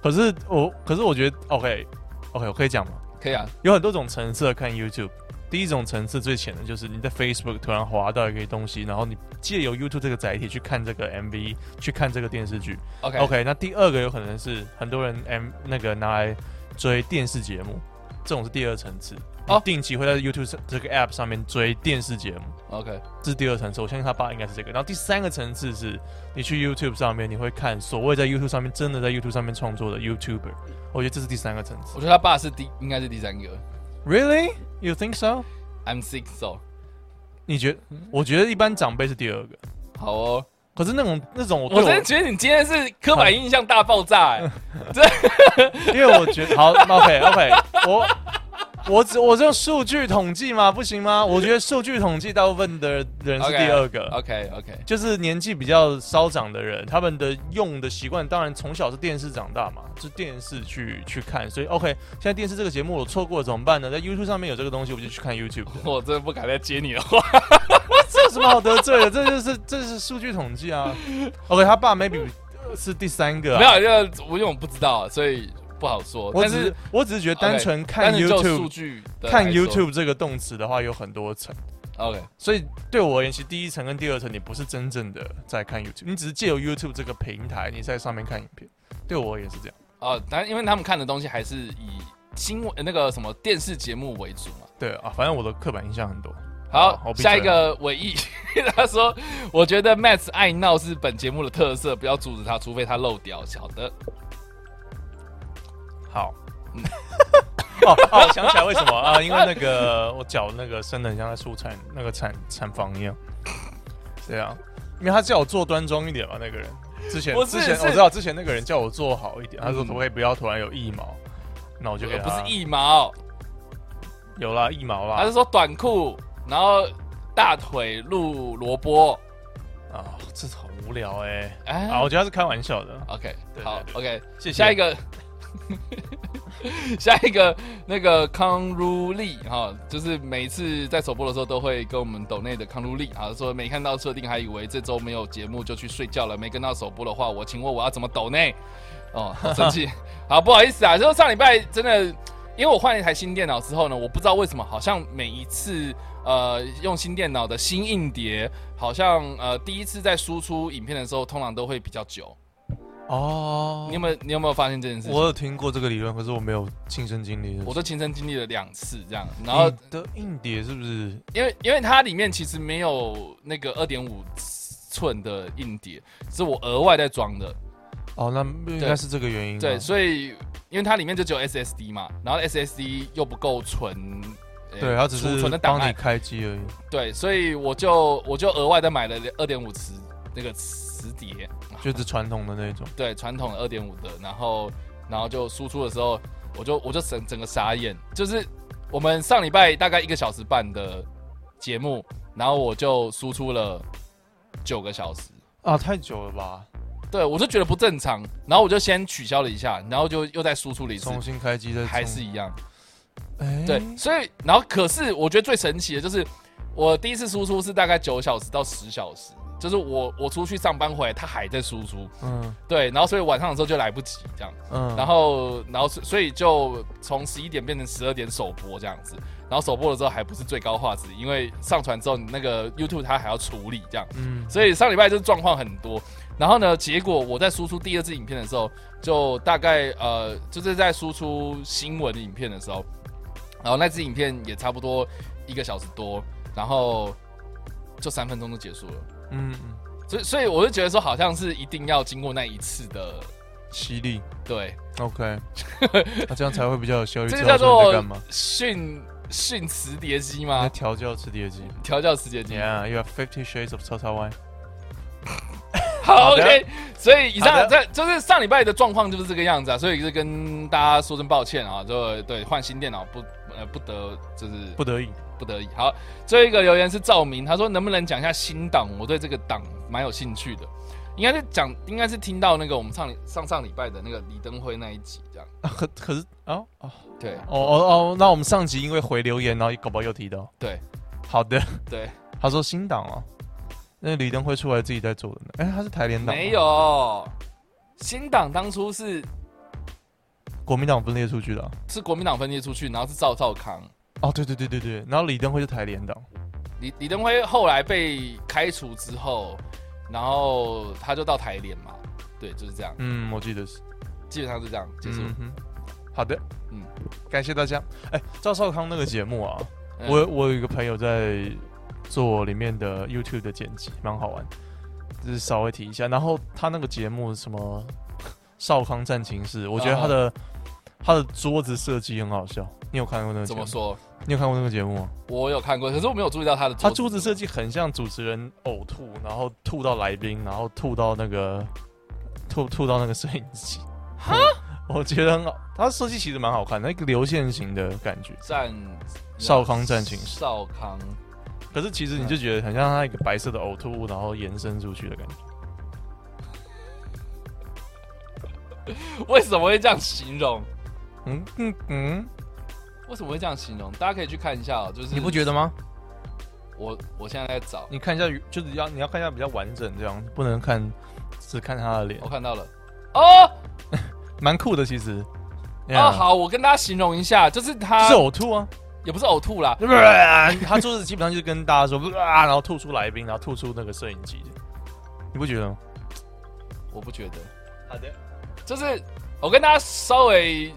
可是我可是我觉得 OK OK 我可以讲吗？
可以啊，
有很多种层次的看 YouTube。第一种层次最浅的就是你在 Facebook 突然滑到一个东西，然后你借由 YouTube 这个载体去看这个 MV，去看这个电视剧。
OK，,
OK，那第二个有可能是很多人 M 那个拿来追电视节目，这种是第二层次。
哦
哦，定期会在 YouTube 上这个 App 上面追电视节目，
OK，
这是第二层次。我相信他爸应该是这个。然后第三个层次是你去 YouTube 上面，你会看所谓在 YouTube 上面真的在 YouTube 上面创作的 YouTuber。我觉得这是第三个层次
我。觉得他爸是第应该是第三个
Really? You think so?
，I'm sick so。
你觉我觉得一般长辈是第二个，
好哦，
可是那种那种我对
我
我
真的觉得你今天是刻板印象大爆炸、 哎
因为我觉得好 OK OK，我我只我是用数据统计吗？不行吗？我觉得数据统计大部分的人是
OK，啊
第二个。
OK OK，
就是年纪比较稍长的人，他们的用的习惯，当然从小是电视长大嘛，是电视去去看，所以 OK，现在电视这个节目我错过了怎么办呢？在 YouTube 上面有这个东西，我就去 看 YouTube。
我真的不敢再接 你的
啊
话。
这有什么好得罪的？这就是这是数据统计啊。OK，他爸 maybe 是第三个、啊，
没有，就我因为我不知道，所以不好说。
我
但
只
是
是我只是觉得
OK，
单纯看
但是就数
YouTube
据的
看
来说
YouTube 这个动词的话有很多层，
OK
所以对我而言，其实第一层跟第二层你不是真正的在看 YouTube，你只是借由 YouTube 这个平台你在上面看影片。对我而言是这样，
哦，但因为他们看的东西还是以新闻呃那个什么电视节目为主嘛。
对啊，反正我的刻板印象很多。哦好
好，
我闭嘴
下一个尾翼， 他说：“我觉得 Max 爱闹是本节目的特色，不要阻止他，除非他漏掉。”晓得？
好，哦哦，我想起来为什么啊？因为那个我脚那个伸的很像在树产那个产产房一样，对啊，因为他叫我做端庄一点嘛，那个人之前
不是
之前
是
我知道之前那个人叫我做好一点，他说
嗯
可不可以不要突然有腋毛，那我就给
呃
他
不是腋毛，
有啦腋毛
他
啦
是说短裤，然后大腿露萝卜。
啊，这好无聊哎
哎
啊，我觉得他是开玩笑的，
OK，
对
好
对
，OK，
谢谢
下一个， 下一个那个康如丽哈，就是每一次在首播的时候都会跟我们抖内的康如丽啊说没看到设定还以为这周没有节目就去睡觉了，没跟到首播的话，我请问我要怎么抖内？哦，好生气，好不好意思啊，就是上礼拜真的，因为我换了一台新电脑之后呢，我不知道为什么好像每一次。呃，用新电脑的新硬碟，好像呃第一次在输出影片的时候，通常都会比较久。
哦
你有没有你有没有发现这件事情？
我
我
有听过这个理论，可是我没有亲身经历。
我都亲身经历了两次这样，然后
你的硬碟是不是
因为因为它里面其实没有那个二点五寸的硬碟，是我额外在装的，
哦，那应该是这个原因吗。
对，所以因为它里面就只有 SSD 嘛，然后 SSD 又不够存。呃
对，他只
储
是
存的档
帮你
案，
开机而已。
对，所以我就我就额外再买了二点五磁那个磁碟，
就是传统的那种。
对，传统的二点五的，然后然后就输出的时候，我就我就整整个傻眼，就是我们上礼拜大概一个小时半的节目，然后我就输出了九个小时，
啊，太久了吧？
对我就觉得不正常，然后我就先取消了一下，然后就又再输出了一次
重，新开机再
还是一样，
哎
对，所以然后可是我觉得最神奇的就是我第一次输出是大概九小时到十小时，就是我我出去上班回来，它还在输出，
嗯
对，然后所以晚上的时候就来不及这样。
嗯，
然后，然后所所以就从十一点变成十二点首播这样子，然后首播了之后还不是最高画质，因为上传之后你那个 YouTube 它还要处理这样，
嗯
所以上礼拜就是状况很多。然后呢，结果我在输出第二支影片的时候，就大概呃就是在输出新闻的影片的时候，然后那支影片也差不多一个小时多，然后就三分钟就结束了，
嗯嗯，
所以所以我就觉得说好像是一定要经过那一次的
犀利。
对。
OK，那这样才会比较有效率。
这
知
个
道
叫
说你在
做啊
干嘛？嗯
训训磁碟机
你在
吗？
调教吃碟机。
调教磁碟机。
Yeah, you have Fifty Shades of 叉叉 Y。
好好
好的
，OK。所以以
好
上
的
这就是上礼拜的状况就是这个样子啊，所以是跟大家说声抱歉啊，就对换新电脑不呃不得就是
不得已，
不得已。好，最后一个留言是赵明，他说能不能讲一下新党？我对这个党蛮有兴趣的，应该是讲应该是听到那个我们上上上礼拜的那个李登辉那一集这样。
啊可可是啊哦
对
哦哦，那我们上集因为回留言，然后搞不好又提到。
对
好的，
对，
他说新党哦，那李登辉出来自己在做的呢。哎、他是台联党吗，
没有新党当初是
国民党分裂出去的啊、
是国民党分裂出去，然后是赵少康。
哦，对对对对对，然后李登辉是台联党，
李李登辉后来被开除之后，然后他就到台联嘛，对，就是这样，
嗯，我记得是
基本上是这样结束。
嗯哼好的，
嗯
嗯，感谢大家。哎、赵少康那个节目啊，
嗯
我我有一个朋友在做里面的 YouTube 的剪辑，蛮好玩，就是稍微提一下。然后他那个节目什么少康战情室，我觉得他
啊
的、他的桌子设计很好笑。你有看过那个节
怎
目
么？说？
你有看过那个节目吗？
我有看过，可是我没有注意到他的
他
桌
桌
子
子设计很像主持人呕吐，然后吐到来宾，然后吐到那个吐吐到那个摄影机。
哈
我，我觉得很好，他设计其实蛮好看的，那个流线型的感觉。
战呃
少康战情室
少康
可是其实你就觉得很像他一个白色的呕吐物，然后延伸出去的感觉。
为什么会这样形容？
嗯嗯嗯，
为什么会这样形容？大家可以去看一下哦，就是
你不觉得吗？嗯
我我现在在找，
你看一下，就是要你要看一下比较完整，这样不能看只看他的脸
我，看到了哦
蛮酷的其实。
哦，，好，我跟大家形容一下，就是他
是呕吐啊。
也不是呕吐 啦，
他桌子基本上就是跟大家说 啊，然后吐出来宾，然后吐出那个摄影机，你不觉得吗？
我不觉得，
好的，
就是我跟大家稍微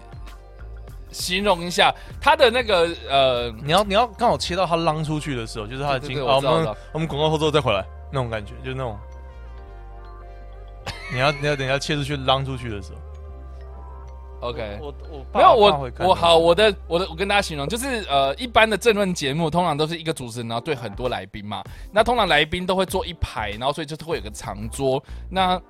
形容一下他的那个呃，
你要你要刚好切到他浪出去的时候，就是他已
对
经
对对
啊
我知道
我
我知道
们我们广告后之后再回来那种感觉，就是那种 你要你要等一下切出去浪出去的时候
OK，
我我
没有我我好我的我的我跟大家形容就是呃一般的政论节目通常都是一个主持人然后对很多来宾嘛，那通常来宾都会坐一排，然后所以就是会有个长桌，那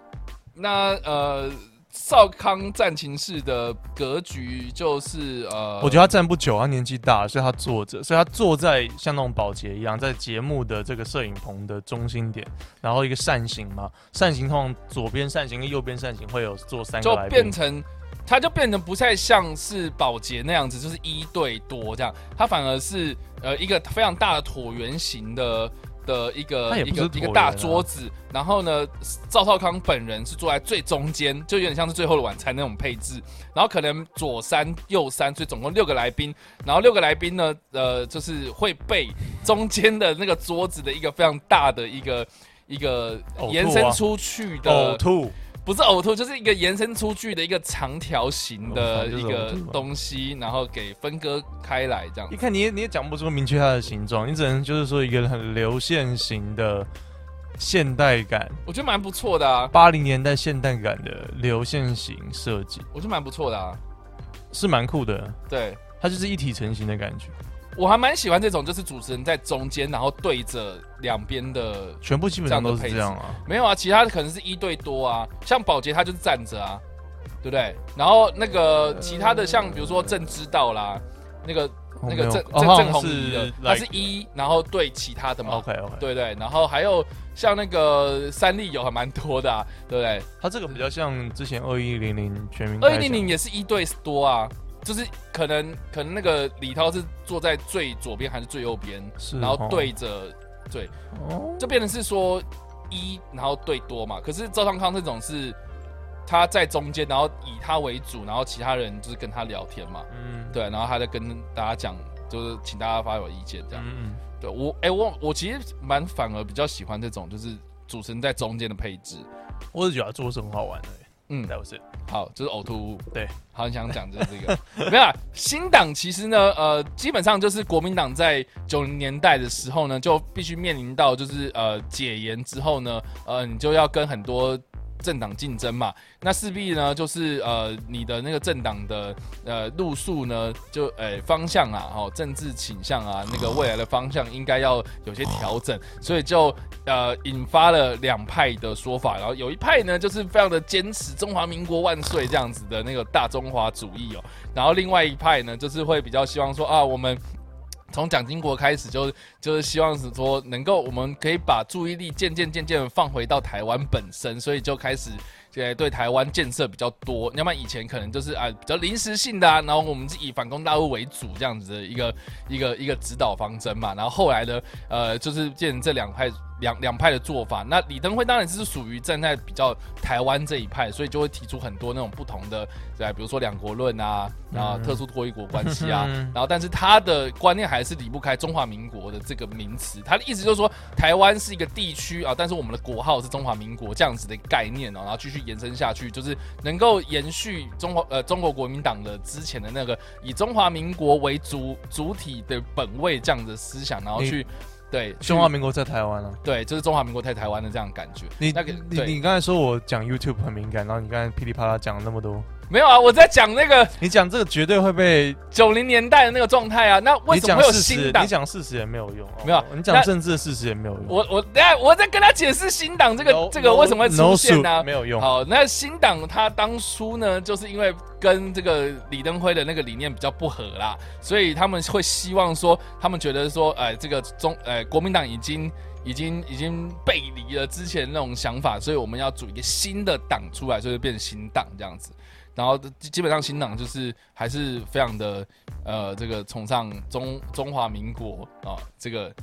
那呃少康战情室的格局就是呃，
我觉得他站不久，他年纪大了，所以他坐着，所以他坐在像那种保洁一样，在节目的这个摄影棚的中心点，然后一个扇形嘛，扇形通常左边扇形跟右边扇形会有坐三个
就
来宾
变，成，它就变成不太像是保洁那样子，就是一对多这样，它反而是呃一个非常大的椭圆形的的一个、
它也
一
不
个
是
一个
椭
大
圆啊
桌子，然后呢，赵少康本人是坐在最中间，就有点像是最后的晚餐那种配置，然后可能左三右三，所以总共六个来宾，然后六个来宾呢，呃，就是会被中间的那个桌子的一个非常大的一个。一个
呕吐啊
延伸出去的
呕吐。
不是呕吐，就是一个延伸出去的一个长条形的一个
哦就是呕吐啊
东西，然后给分割开来这样
一
子。
看你也你也讲不出明确它的形状，你只能就是说一个很流线型的现代感，
我觉得蛮不错的啊，
八零年代现代感的流线型设计
我觉得蛮不错的啊。
是蛮酷的，
对
它就是一体成型的感觉，
我还蛮喜欢这种，就是主持人在中间，然后对着两边的。
全部基本上都是这样啊。
没有啊，其他的可能是一对多啊，像保洁他就是站着啊，对不对？然后那个其他的像比如说郑知道啦，那个那
我没
个
有
郑
呃哦
郑
好
郑
像
红怡的
是，
他是一，然后对其他的嘛。
OK OK，
对对，然后还有像那个三丽友还蛮多的、啊，对不对？
它这个比较像之前二一零零全民
二
开
一零
讲
零也是一对多啊，就是可能可能那个李涛是坐在最左边还是最右边，
是
然后
哦
对着对，
哦，
就变成是说一，然后对多嘛。可是赵尚康这种是他在中间，然后以他为主，然后其他人就是跟他聊天嘛，
嗯，
对，啊然后他在跟大家讲，就是请大家发表意见这样。
嗯，
对我，哎、我我其实蛮反而比较喜欢这种，就是主持人在中间的配置。
嗯，我只觉得它做是很好玩的、
嗯
嗯，但我是
好，就是呕吐物。
对，
好，很想讲就是这个。 没有啊，新党其实呢，呃，基本上就是国民党在九零年代的时候呢，就必须面临到就是呃解严之后呢，呃，你就要跟很多政党竞争嘛，那势必呢就是呃你的那个政党的呃路数呢就呃方向啊，哦政治倾向啊，那个未来的方向应该要有些调整，所以就呃引发了两派的说法，然后有一派呢就是非常的坚持中华民国万岁这样子的那个大中华主义哦，然后另外一派呢就是会比较希望说啊我们。从蒋经国开始就，就是希望是说能够，我们可以把注意力渐渐渐渐地放回到台湾本身，所以就开始呃对台湾建设比较多。要不然以前可能就是啊比较临时性的啊，然后我们是以反攻大陆为主这样子的一个一个一个指导方针嘛。然后后来呢，呃，就是变成这两派两两派的做法。那李登辉当然是属于站在比较台湾这一派，所以就会提出很多那种不同的，对，比如说两国论啊，然后特殊脱离国关系啊，
嗯
然后但是他的观念还是离不开中华民国的这个名词，他的意思就是说台湾是一个地区啊，但是我们的国号是中华民国这样子的概念哦，然后继续延伸下去，就是能够延续中华呃中国国民党的之前的那个以中华民国为主主体的本位这样的思想，然后去对
中华民国在台湾啊。
对，就是中华民国在台湾的这样的感觉。
你
那个
你
对
你刚才说我讲 YouTube 很敏感，然后你刚才噼里啪啦讲了那么多，
没有啊，我在讲那个
你讲这个绝对会被
九零年代的那个状态啊，那为
你
什么
讲
会有
事实
新，党
你？讲事实也没有用，哦
没有啊
你
那
讲政治的事实也没有用。
我我等下我在跟他解释新党这个
No-
这个为什么会
no
出现呢、啊
suit，没有用。
好，那新党他当初呢，就是因为跟这个李登辉的那个理念比较不合啦，所以他们会希望说，他们觉得说，哎、这个中，哎、国民党已经已经已经背离了之前那种想法，所以我们要组一个新的党出来，所以就变成新党这样子。然后基基本上新党就是还是非常的呃，这个崇尚中中华民国啊、这个，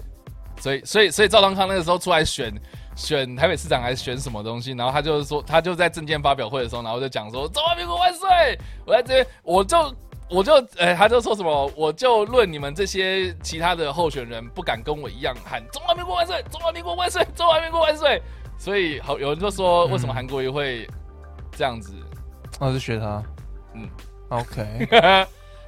所以所以所以赵康康那个时候出来选选台北市长还是选什么东西，然后他就是说，他就在证件发表会的时候，然后就讲说“中华民国万岁”，我在这边我就。我就呃，他就说什么，我就论你们这些其他的候选人不敢跟我一样喊“中华民国万岁，中华民国万岁，中华民国万岁”。所以好，有人就说，
嗯
为什么韩国瑜会这样 子？
我就学他，嗯
嗯
，OK 。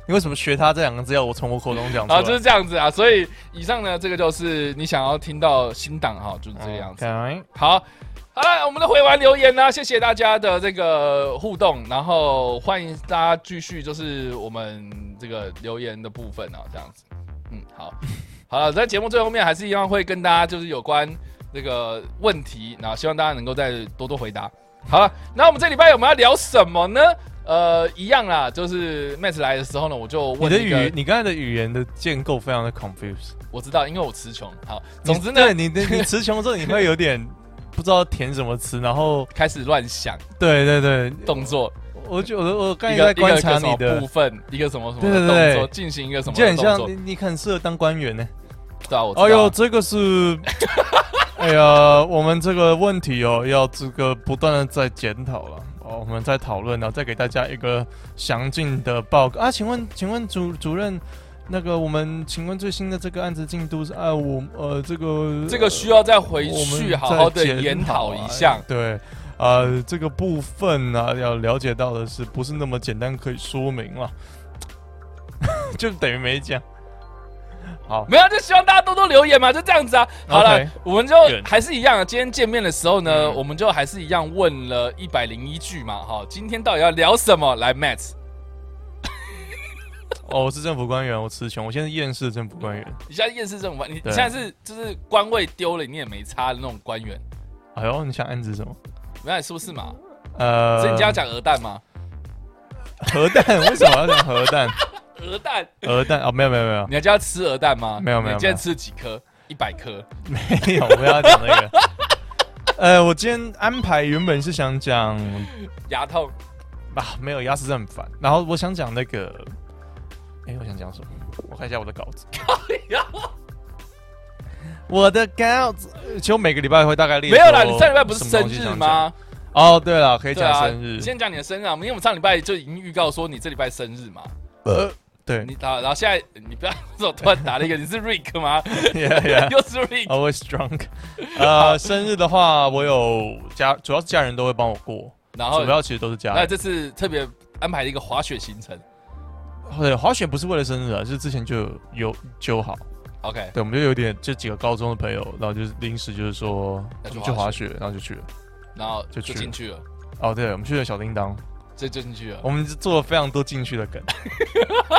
你为什么学他这两个字要我从我口中讲出
然
来？
后就是这样子啊。所以以上呢，这个就是你想要听到新党哈，就是这个样子。
OK
好，好了，我们的回完留言啦、啊谢谢大家的这个互动，然后欢迎大家继续就是我们这个留言的部分啊，这样子。嗯，好，好了，在节目最后面还是一样会跟大家就是有关这个问题，然后希望大家能够再多多回答。好了，那我们这礼拜我们要聊什么呢？呃，一样啦，就是 Matt 来的时候呢，我就
你
问
的
一个
语，你刚才的语言的建构非常的 confused。
我知道，因为我词穷。好，
你
总之呢
对，你的你词穷之后，你会有点不知道填什么词，然后
开始乱想
对 对对，
动作，
我就我我刚才
一
也在
个一
观
个
察
什
你
么
的
部，分，一个什么什么
对对
的
对
动作，进行一个什么
就
的
很
动
像
作
你，，你很适合当官员呢。
对啊，我
哎
知
呦，
道。
这个是， 哎呀，我们这个问题哦，要这个不断的在检讨了。哦，我们在讨论，然后再给大家一个详尽的报告啊。请问，请问主主任，那个我们，请问最新的这个案子进度是啊，我呃，这个
这个需要再回
我们
去好
再
好的
检
研讨一
啊
下。
对，呃，这个部分呢、要了解到的是不是那么简单可以说明了？ 就等于没讲。好，
没有，就希望大家多多留言嘛，就这样子啊。好了
OK
我们就
远
还是一样啊。今天见面的时候呢，
嗯
我们就还是一样问了一百零一句嘛，哈，今天到底要聊什么？来，Matt，
哦，我是政府官员，我词穷，我现在是厌世政府官员。
你现在厌世政府，你
对
你现在是就是官位丢了，你也没差的那种官员，
哎呦，你想暗指什么？
没有是不是嘛？
呃，
所以你今天要讲鹅蛋吗？
核弹？为什么要讲核弹？
鹅蛋，
核弹哦，没有没有没有
你还叫他吃鹅蛋吗？
没有没有
你今天吃几颗？一百颗。
没有，我不要讲那个。呃，我今天安排原本是想讲
牙 痛，
啊，没有牙齿真的很烦。然后我想讲那个，哎、我想讲什么？我看一下我的稿子。我的稿子，其实我每个礼拜会大概列
没有啦，
说
你上礼拜不是
什么
生
东西
日
想讲？
吗？
哦，对了，可以
对
讲
啊，
生日
你。先讲你的生日啊，因为我们上礼拜就已经预告说你这礼拜生日嘛。
呃，对
你打，然后现在你不要我突然打了一个，你是 Rick 吗？
，yeah yeah。
又是 Rick，
Always drunk 。呃，生日的话，我有家，主要是家人都会帮我过，
然后
主要其实都是家
哦那
人。
这次特别安排了一个滑雪行程。
对，滑雪不是为了生日啊，是之前就有有就好。
OK，
对，我们就有点就几个高中的朋友，然后就是临时就是说
要去
我们去
滑
滑雪，然后就去了。
然后
就
就
去了
进去了，
哦，对，我们去了小叮当，
这就进去了。
我们做了非常多进去 的梗，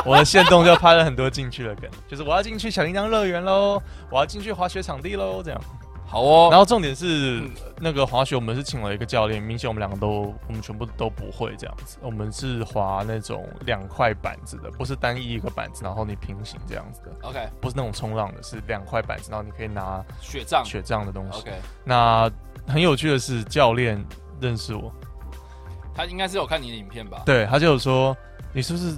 我的线动就拍了很多进去的梗，就是我要进去小叮当乐园喽，我要进去滑雪场地喽，这样。
好哦，
然后重点是那个滑雪，我们是请了一个教练，明显我们两个都我们全部都不会这样子，我们是滑那种两块板子的，不是单一一个板子，然后你平行这样子的，
OK
不是那种冲浪的，是两块板子，然后你可以拿
雪仗
雪这样的东西。
OK，
那很有趣的是，教练认识我，
他应该是有看你的影片吧？
对他就有说你是不是？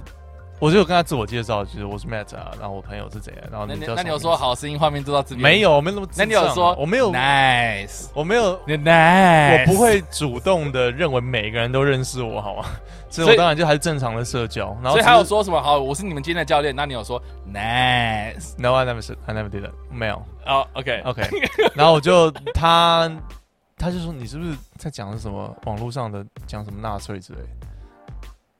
我就有跟他自我介绍，就是我是 Matt 啊，然后我朋友是怎样，然后
那
啊你
你
叫
那
什
你
么
有说
名字
好声音画面做到这边
没？有？我没那么智
那
障啊，
你有说
我没有，
nice，
我没有，
你 nice，
我不会主动的认为每个人都认识 我，好吗？所以我
所以
当然就还是正常的社交。然后
所以
只是
还有说什么？好，我是你们今天的教练。那你有说 nice？
，No, I never, said- I never did it，没有
哦，OK，
，OK。然后我就他他就说你是不是在讲什么网络上的讲什么纳粹之类的？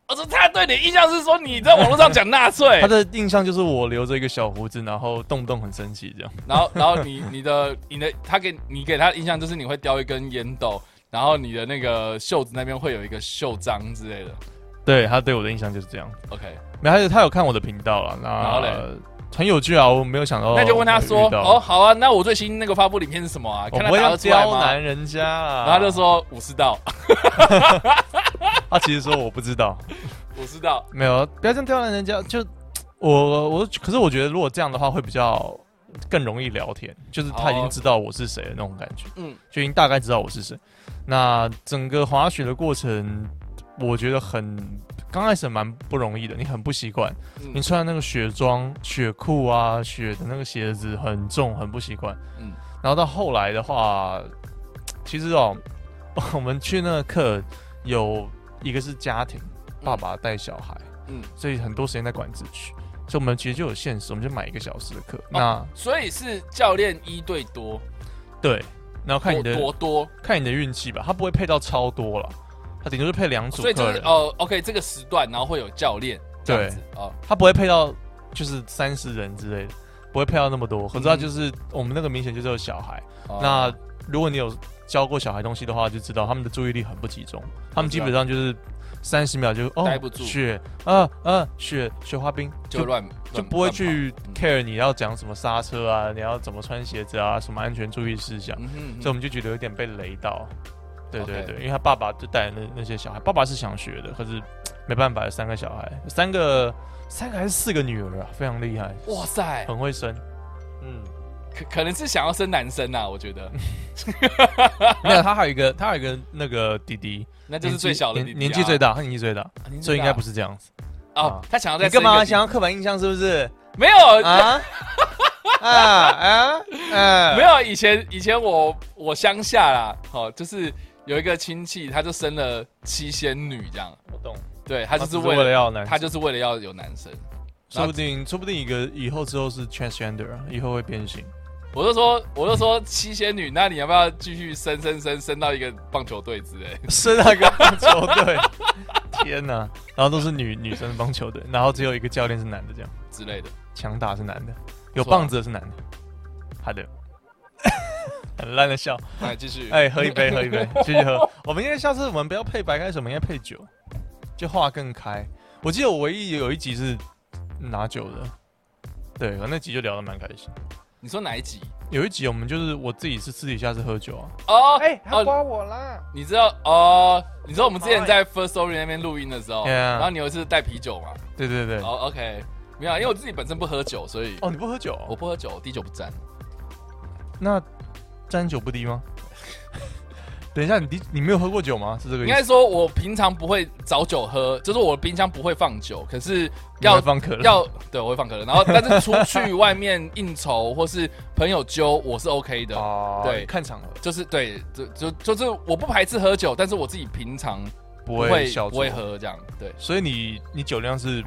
我说哦他对你的印象是说你在网络上讲纳粹
他，的印象就是我留着一个小胡子，然后动不动很生气这样。
然后然后你你的你的他给你给他的印象就是你会叼一根烟斗，然后你的那个袖子那边会有一个袖章之类的。
对他对我的印象就是这样。
OK，
没有，他有他有看我的频道了，那
然后嘞
呃很有趣啊，我没有想到。
那就问他说，哦，
哦，
好啊，那我最新那个发布影片是什么啊？
我
看他
不会
答
要
得出来
刁
吗？
难人家啊。
然后他就说武士道，
他其实说我不知道。
武士道，
没有，不要这样刁难人家。就我我，可是我觉得如果这样的话，会比较更容易聊天，就是他已经
哦
知道我是谁的那种感觉，
嗯，
就已经大概知道我是谁。那整个滑雪的过程，我觉得很刚开始蛮不容易的，你很不习惯，
嗯
你穿的那个雪装、雪裤啊、雪的那个鞋子很重，很不习惯。
嗯
然后到后来的话，其实哦，我们去那个课有一个是家庭，爸爸带小孩，
嗯
所以很多时间在管制区，所以我们其实就有限时，我们就买一个小时的课。
哦
那
所以是教练一对多，
对，然后看你的
多多多，
看你的运气吧，他不会配到超多了，他顶多就配两组
所以就
客
是
人，
哦，OK，这个时段然后会有教练这样子哦，
他不会配到就是三十人之类的，不会配到那么多。可
嗯
是他就是、我们那个明显就是有小孩，
哦
那如果你有教过小孩东西的话，就知道他们的注意力很不集中，他们基本上就是三十秒就哦
待不住
雪啊啊雪雪花冰
就乱
就
乱
不会
乱跑
去
嗯
care 你要讲什么刹车啊，你要怎么穿鞋子啊，什么安全注意事项，
嗯哼嗯
所以我
哼
们就觉得有点被雷到。对对
OK
对，因为他爸爸就带那那些小孩，爸爸是想学的，可是没办法，有三个小孩，三个三个还是四个女儿啊，非常厉害，
哇塞，
很会生。 嗯，
可可能是想要生男生呐，我觉 得
没有，他还有一个，他还有一个那个弟弟，
那就是最小的弟弟啊
年年纪最，大，他年纪最大，
啊年纪最大
所以应该不是这样子。
哦
啊，
他想要
你
再
干
生一
嘛
个弟
想要刻板印象是不是？
没有
啊啊啊啊！
没有，以前以前我我乡下啦，哦，就是有一个亲戚，他就生了七仙女这样，
我懂，啊
对他
他
就是
只
为了
要男生，
他就是为了要有男生，
说不定 说不定一个以后之后是 transgender，以后会 变性。
我就说我就说七仙女，那你要不要继续生生生生到一个棒球队之类？
是那个棒球队。天哪！然后都是女女生棒球队，然后只有一个教练是男的，这样
之类的。
强打是男的，有
不错啊
棒子的是男的。好的， 很烂的笑。
来继续，
哎、喝一杯，喝一 杯，继续喝。我们应该下次我们不要配白开水，我们应该配酒，就话更开。我记得我唯一有一集是拿酒的，对，我那集就聊得蛮开心。
你说哪一集？
有一集我们就是我自己是私底下是喝酒啊，
哦，
哎、他
哦，
刮我啦！
你知道哦，你知道我们之前在 First Story 那边录音的时候，
哎 Yeah
然后你有一次带啤酒嘛？
对对对。
哦，OK，没有，因为我自己本身不喝酒，所以
哦，你不喝酒哦、
我不喝酒，滴酒不沾。
那沾酒不滴吗？ 等一下，你滴你没有喝过酒吗？是这个
应
意思？
该说，我平常不会找酒喝，就是我的冰箱不会放酒，可是
你会
要
放可乐，
要对，我会放可乐。然后，但是出去外面应酬或是朋友揪，我是 OK 的。
哦，
对
看场合
就是对，就就就是我不排斥喝酒，但是我自己平常
不
不
会
会
小酌
不会，喝这样。对
所以你你酒量是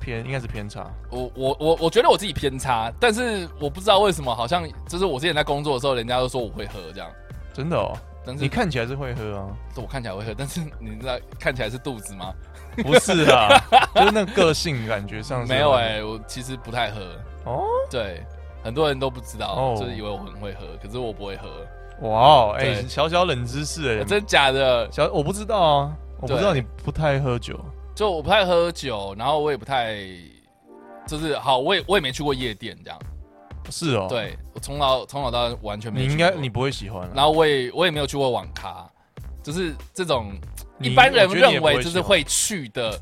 偏应该是偏差，
我我我我觉得我自己偏差，但是我不知道为什么，好像就是我之前在工作的时候，人家都说我会喝这样，
真的哦。
但是
你看起来是会喝啊，
我看起来会喝，但是你知道看起来是肚子吗？
不是啊，就是那个个性感觉上是
没有
会
哎、我其实不太喝。
哦，
对，很多人都不知道，
哦
就是以为我很会喝，可是我不会喝。
哇哦，哎、
对
小小冷知识哎、
呃真假的？
小我不知道啊，我不知道
对
你不太喝酒，
就我不太喝酒，然后我也不太，就是好，我也我也没去过夜店这样。
是哦，，
对我从小从小到大完全没
你
去
应该
过
你，不会喜欢啊、
然后我也我也没有去过网咖，就是这种
你
一般人
我觉得你也
认
不会
为就是会去的，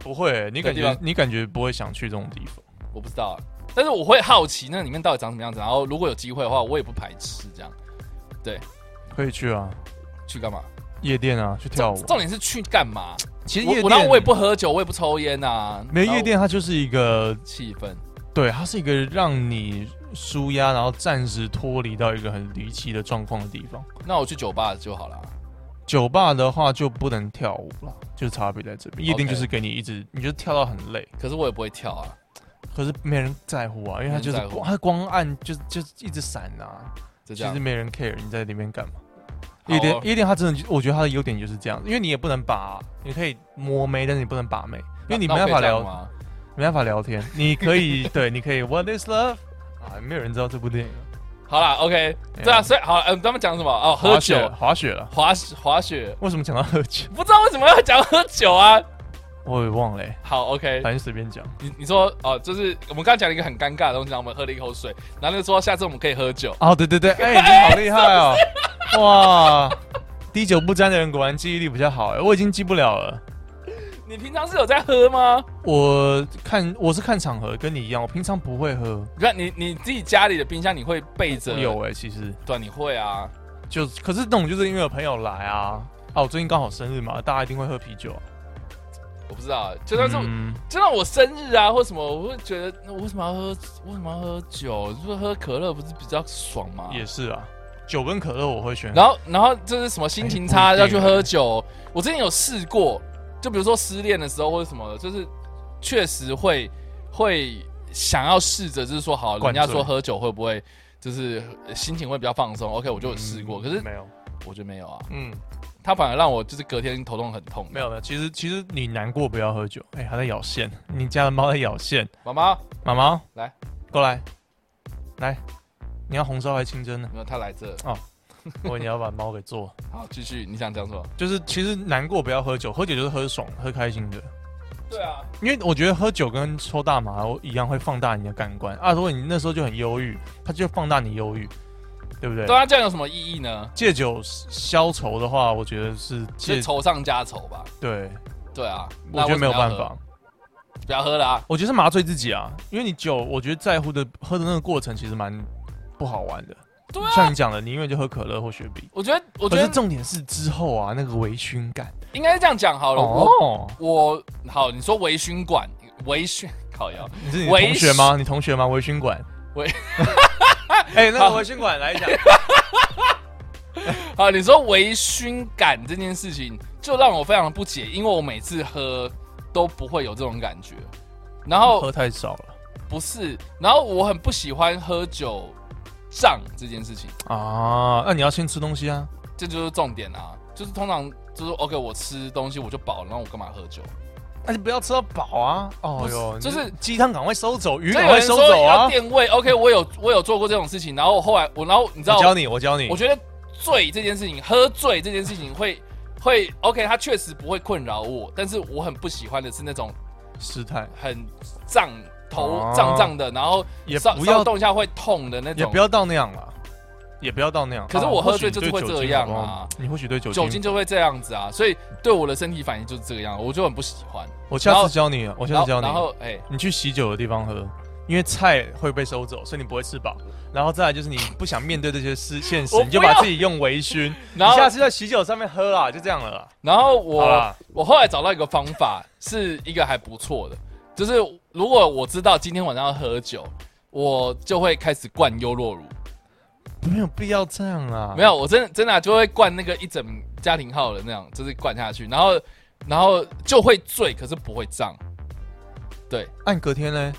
不会、你感
对
觉
吧
你感觉不会想去这种地方，
我不知道，但是我会好奇那里面到底长什么样子。然后如果有机会的话，我也不排斥这样
可以去啊，
去干嘛。
夜店啊，去跳舞。
重点是去干嘛？
其实
我
夜
我
店
然后我也不喝酒，我也不抽烟啊。
没有
然后
夜店，它就是一个
气氛，
对，它是一个让你舒压，然后暂时脱离到一个很离奇的状况的地方。
那我去酒吧就好了。
酒吧的话就不能跳舞了，就是差别在这边。夜店
OK
就是给你一直，你就跳到很累，
可是我也不会跳啊。
可是没人在乎啊，因为它就是
没人在乎
光它光按就就一直闪啊，
就这
其
样
实，没人 care 你在里面干嘛。
好哦
夜店夜店它真的就，我觉得它的优点就是这样，因为你也不能把，你可以摸妹，但是你不能把妹，因为你没
那我
办
可以
法
这样
聊，
吗？
没办法聊天。你可以 对，你可以 What is love 啊？没有人知道这部电影。
好啦 o k
对啊
对啊，所以好，嗯，咱们讲什么？哦，喝
滑雪
酒、
滑雪了。
滑雪滑雪，
为什么讲到喝酒？
不知道为什么要讲喝酒啊？
我也忘了、欸，
好，OK，
反正随便讲。
你你说哦，就是我们刚刚讲了一个很尴尬的东西，然后我们喝了一口水，然后就说下次我们可以喝酒。
哦，对 对对，哎、你好厉害哦！哇，滴酒不沾的人果然记忆力比较好、哎，我已经记不了了。
你平常是有在喝吗？
我看我是看场合，跟你一样，我平常不会喝。
你看你你自己家里的冰箱你会备着，
有哎、其实
对啊，你会啊。
就可是那种就是因为有朋友来啊，啊，我最近刚好生日嘛，大家一定会喝啤酒。啊
我不知道，就算是、
嗯
就算我生日啊或什么，我会觉得那我为什么要喝为什么要喝酒？就是喝可乐不是比较爽吗？
也是啊，酒跟可乐我会选。
然后，然后就是什么心情差
哎
要去
不一定
喝酒，我之前有试过，就比如说失恋的时候或者什么的，就是确实会会想要试着，就是说好，人
灌醉
家说喝酒会不会就是呃心情会比较放松？OK，我就有试过，可是
嗯没有，
我觉得没有啊，
嗯，
它反而让我就是隔天头痛很痛。
没有没有。其实其实你难过不要喝酒。哎、还在咬线，你家的猫在咬线。
妈妈
毛毛
来，
过来，来，你要红烧还是清蒸呢？
没有，他来这，
我你要把猫给做，
好，继续，你想讲什么？
就是其实难过不要喝酒，喝酒就是喝爽、喝开心的。
对啊，
因为我觉得喝酒跟抽大麻一样会放大你的感官啊，如果你那时候就很忧郁，它就放大你忧郁，对不对？
对啊，这样有什么意义呢？
借酒消愁的话，我觉得是
是
借
愁上加愁吧？
对，
对啊，
我
那
觉得没有
为什么要
办
喝
法，，
不要喝了啊。
我觉得是麻醉自己啊，因为你酒，我觉得在乎的喝的那个过程其实蛮不好玩的。
对
像
啊，
你讲的，你因为就喝可乐或雪碧，
我觉得，我觉
可是
得
重点是之后啊，那个微醺感。
应该是这样讲好了。我
哦，
我好，你说微醺馆，微醺烤窑，
你是你的同学吗？你同学吗？微醺馆。
微。
哎、那
好
个微醺馆来 讲，
好，你说微醺感这件事情，就让我非常的不解，因为我每次喝都不会有这种感觉，然后
喝太少了
不是，然后我很不喜欢喝酒胀这件事情，
啊。那你要先吃东西啊。
这就是重点啊，就是通常就是 OK，我吃东西我就饱，然后我干嘛喝酒？
那、你不要吃到饱啊。哦
不
哟，
是就是
你鸡汤赶快收走，鱼
所以
赶
有
快
人
收
说
走
要
啊。
垫胃，OK，我有我有做过这种事情，然后我后来我然后你知道
我教你，我教你
我。觉得醉这件事情，喝醉这件事情会会 OK，它确实不会困扰我，但是我很不喜欢的是那种
失态，
很胀头
哦
胀胀的，然后
也
稍
不
稍
要
微动一下会痛的那
也
种
不。要到那样了，也不要到那样。
可是
啊
我喝
或
醉
许
就是
对
会
酒
这
精
样
好不好
啊
你或许对酒
酒精就会这样子啊，所以对我的身体反应就是这个样，我就很不喜欢。
我
然
下
后
次教你，我
然
下
后
次教你。
然后哎，
你去洗酒的地方喝，因为菜会被收走，所以你不会吃饱。然后再来就是你不想面对这些事现实
我，不
你就把自己用微醺。你
然后
下次在洗酒上面喝啦，就这样了啦。
然后
好
我
啦，
我后来找到一个方法，是一个还不错的，就是如果我知道今天晚上要喝酒，我就会开始灌优酪乳。
没有必要这样啦。
没有，我真的真的啊、就会灌那个一整家庭号的那样，就是灌下去，然后然后就会醉，可是不会胀，
按隔天呢？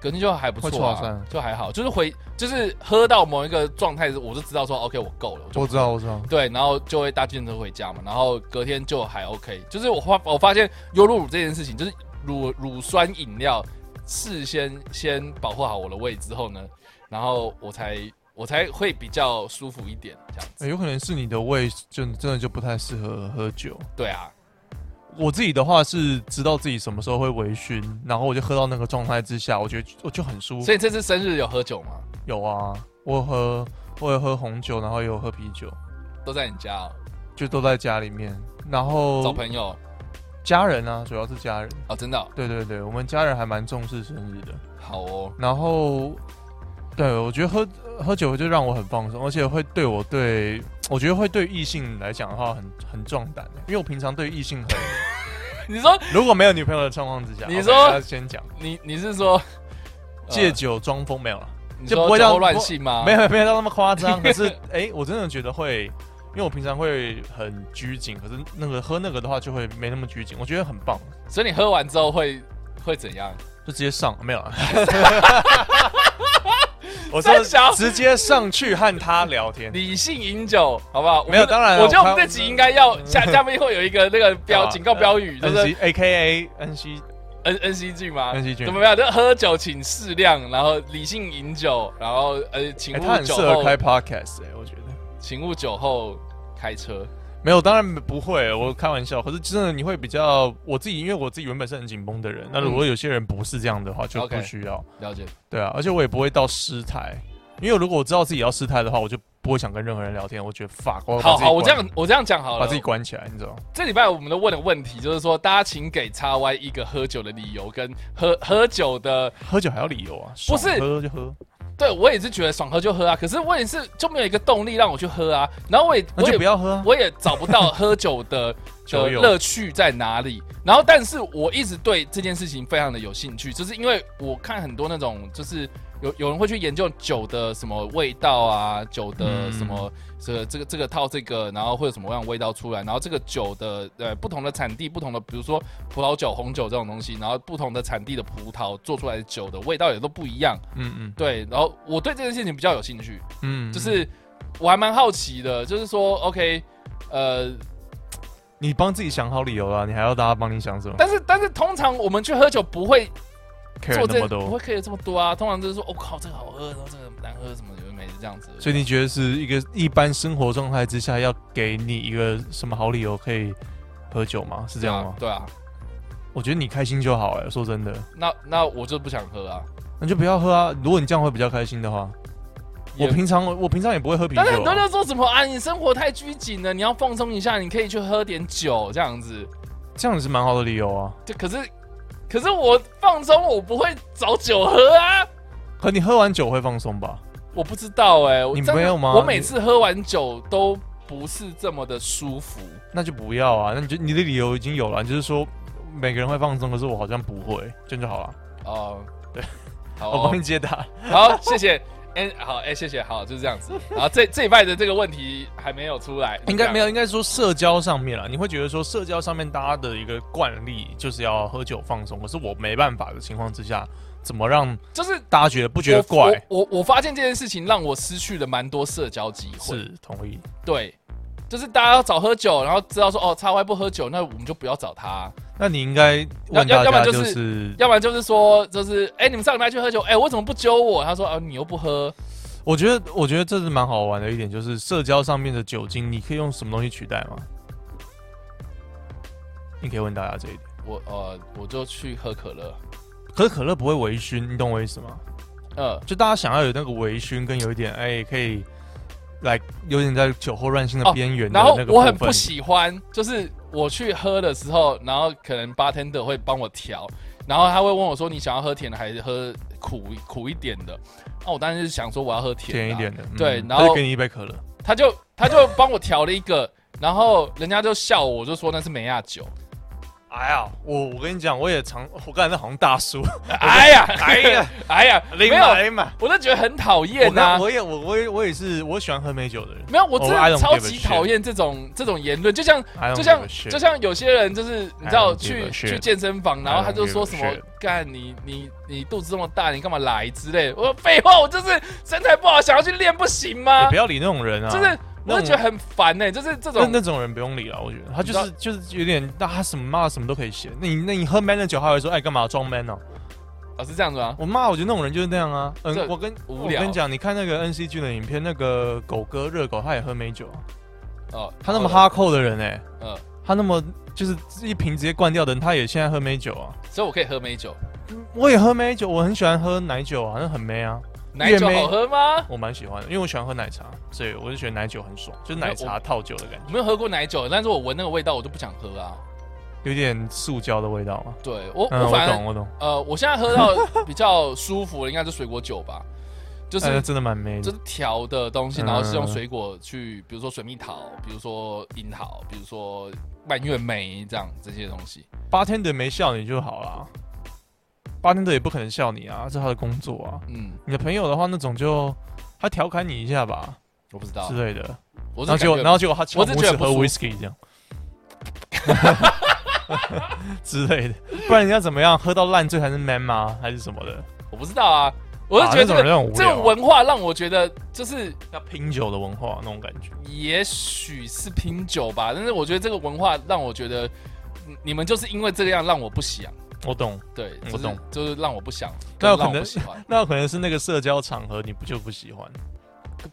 隔天就还不错、
会错
啊
散，
就还好，就是回就是喝到某一个状态，我就知道说 OK 我够了，我就
我知道，我知道。
对，然后就会搭计程车回家嘛，然后隔天就还 OK，就是我发我发现优酪乳这件事情，就是乳乳酸饮料事先先保护好我的胃之后呢，然后我才我才会比较舒服一点，这样子。
欸有可能是你的胃就真的就不太适合喝酒。
对啊，
我自己的话是知道自己什么时候会微醺，然后我就喝到那个状态之下，我觉得我就很舒服
所。以这次生日有喝酒吗？
有啊，我有喝我有喝红酒，然后也有喝啤酒，
都在你家、哦，
就都在家里面。然
找
后
朋友
家人啊，主要是家人。
哦，真的哦、
对对对，我们家人还蛮重视生日的。
好哦，
然后，对我觉得喝喝酒就让我很放松，而且会对我对我觉得会对异性来讲的话很很壮胆，欸因为我平常对异性很
你说
如果没有女朋友的状况之下，
你
OK，
说嗯
那先讲
你你是说
借
酒，
酒装疯没有了，
你
就
说
不会这样
酒后乱性吗？
没有没有到那么夸张， 可是哎、我真的觉得会。因为我平常会很拘谨，可是那个喝那个的话就会没那么拘谨，我觉得很棒，
所以你喝完之后会会怎样？
就直接上没有 了。我说
三小
直接上去和他聊天，
理性饮酒，好不好？
没
我们
有
的
当然了啊
我觉得我们
我
这
看
集应该要 下下面会有一个那个标
啊
警告标语，就
N
是
C A K A N C
N N C 句吗
N C 君
怎，么样？就喝酒请适量，然后理性饮酒，然后呃，请
哎，他
勿
很适
酒
合
后，
开 podcast 哎、我觉得
请勿酒后开车。
没有，当然不会，我开玩笑。可是真的你会比较，我自己因为我自己原本是很紧绷的人，那如果有些人不是这样的话，就
嗯 OK
不需要。
了解，
对啊，而且我也不会到失态，因为如果我知道自己要失态的话，我就不会想跟任何人聊天。我觉得 fuck，我要把
好
自己
好，我这
关
样我这样讲好
把
了
自。己关起来，你知道吗？
这礼拜我们的问的问题就是说，大家请给叉 Y 一个喝酒的理由跟喝喝酒的。
喝酒还要理由啊？
不
爽
是
喝就喝，
对我也是觉得爽喝就喝啊，可是问题是就没有一个动力让我去喝啊。然后我也我
那就
也
不要喝啊。
我也找不到喝酒 的
酒
的
友
乐趣在哪里。然后，但是我一直对这件事情非常的有兴趣，就是因为我看很多那种，就是有有人会去研究酒的什么味道啊，酒的
嗯
什么这这个这个套这个，然后会有什么样的味道出来，然后这个酒的呃不同的产地，不同的比如说葡萄酒、红酒这种东西，然后不同的产地的葡萄做出来的酒的味道也都不一样。
嗯嗯
对，然后我对这件事情比较有兴趣。
嗯，
就是我还蛮好奇的，就是说，OK，呃，
你帮自己想好理由了，你还要大家帮你想什么？
但是但是通常我们去喝酒不会
care
做
那
这不
么多
会，可以这么多啊，通常就是说，我、靠，这个好喝，然后这个难喝什么有的没的这样子。
所以你觉得是一个一般生活状态之下，要给你一个什么好理由可以喝酒吗？是这样吗？
对啊，
我觉得你开心就好、哎，说真的，
对啊那那我就不想喝啊。
那就不要喝啊。如果你这样会比较开心的话，
也
我平常我平常也不会喝啤酒
但
啊、
是很多人都说什么啊，你生活太拘谨了，你要放松一下，你可以去喝点酒这样子。
这样是蛮好的理由啊。
就可是可是我放松，我不会找酒喝啊。
可你喝完酒会放松吧？
我不知道哎、我
你
真的
没有吗
我每次喝完酒都不是这么的舒服。
那就不要啊。那你就你的理由已经有了，你就是说每个人会放松，可是我好像不会，这样就好了。
哦，对，好、
我帮
哦
你，解答。
好，谢谢。哎、好，哎、谢谢，好，就是这样子。然后这这一拜的这个问题还没有出来，
应该没
有。
有，应该说社交上面啦，你会觉得说社交上面大家的一个惯例就是要喝酒放松，可是我没办法的情况之下，怎么让
就是
大家觉得不觉得怪？
我我我我发现这件事情让我失去了蛮多社交机会。
是同意，
对，就是大家要找喝酒，然后知道说哦，叉 Y 不喝酒，那我们就不要找他。
那你应该问
要
大
要不然
家
就是
是，
要不然就是说，就是哎、你们上礼拜去喝酒，哎、为什么不揪我？他说啊，你又不喝。
我觉得我觉得这是蛮好玩的一点，就是社交上面的酒精，你可以用什么东西取代吗？你可以问大家这一点，
我呃，我就去喝可乐。
可是可乐不会微醺，你懂我意思吗？
呃，
就大家想要有那个微醺，跟有一点哎、可以来有点在酒后乱性
哦
的边缘的
然后
那个部分。
我很不喜欢，就是我去喝的时候，然后可能 bartender 会帮我调，然后他会问我说你想要喝甜的还是喝苦苦一点的？那、我当时是想说我要喝甜,、
甜一点，的，嗯
对然
他就
后
给你一杯可乐，
他就他就帮我调了一个，然后人家就笑我，我就说那是梅亚酒。
哎呀，我我跟你讲，我也常，我感觉那好像大 叔，
哎呀，
哎呀，
哎呀，没有，
来嘛，
我就觉得很讨
我
厌呐
刚。我也我我也我也是，我喜欢喝美酒的人，
没有，我真
哦，I
的
don't
超
give a
级
shit
讨厌这种这种言论，就像
I don't
就像
give a shit
就像有些人就是你知道
I don't give
去
a shit
去健身房，然后
I
他
don't
就说什
give
么
a shit
干你你你肚子这么大，你干嘛来之类的。我说废话，我就是身材不好，想要去练不行
也
吗
不？要理那种人啊，
就是
那
我
我
就觉得很烦呢、就是这
那
种
那种人不用理了，我觉得他就
你
是就是有点，那他什么骂什么都可以写，那你那你喝 man 的酒，他还会说，哎，干嘛装 man 哦、
哦，是这样子吗？
我妈，我觉得那种人就是那样啊。
这
嗯，我跟
无
我
聊
跟你讲，你看那个 N C G 的影片，那个狗哥热狗，他也喝美酒啊。
哦，
他那么哈扣的人哎、
呃，呃，
他那么就是一瓶直接灌掉的人，他也现在喝美酒啊。
所以我可以喝美酒，
我也喝美酒，我很喜欢喝奶酒啊，那很美啊，
奶酒
越美
好喝吗？
我蛮喜欢的，因为我喜欢喝奶茶，所以我就觉得奶酒很爽，就是
那
奶
我
茶套酒的感
我
觉，
没有喝过奶酒，但是我闻那个味道我就不想喝啊。
有点塑胶的味道啊。
对我，
嗯，
我
我
反
懂，
正
我懂，
呃，我现在喝到比较舒服的应该是水果酒吧，就
哎
是
真的蛮美
就
的
是。调的东西，
嗯
然后是用水果去，比如说水蜜桃，比如说樱桃，比如说蔓越莓这样这些东西。
八天的没笑你就好啦，八天的也不可能笑你啊，这是他的工作啊。
嗯，
你的朋友的话，那种就他调侃你一下吧
我不知道
之，类的，
啊我
然
是
后结果
感觉
然后结果他敲
我只
拇
觉
指
得不
喝
舒服
whisky 这样。 之类的，不然人家怎么样？喝到烂醉才是 man 吗？还是什么的？
我不知道啊，我是
啊
觉得
那
这个、
种人很无
这
聊啊
个文化让我觉得就是
要拼酒的文化那种感觉。
也许是拼酒吧，但是我觉得这个文化让我觉得嗯你们就是因为这样让我不想，
我懂，
对，
嗯
就是
我懂，
就是让我不想，
那有
更让
可
我
能
不喜欢。
那可能是那个社交场合你不就不喜欢，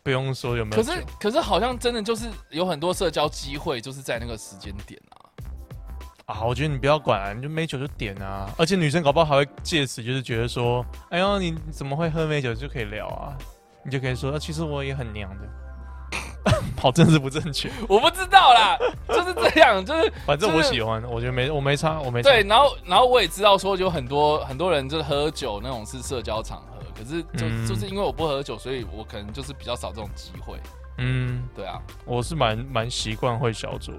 不用说有没
可
有酒。
是可是好像真的就是有很多社交机会就是在那个时间点啊。
啊，我觉得你不要管、啊，你就没酒就点啊。而且女生搞不好还会借此就是觉得说，哎呦，你你怎么会喝美酒就可以聊啊？你就可以说，啊其实我也很娘的。 好政治不正确，
我不知道 啦，就是这样，就是
反正
就
我
是
喜欢，我觉得没我没差，我没差。
对。然后，然后我也知道说有很多很多人就是喝酒那种是社交场合，可是就、
嗯
就是因为我不喝酒，所以我可能就是比较少这种机会。
嗯，
对啊，
我是蛮蛮习惯会小酌，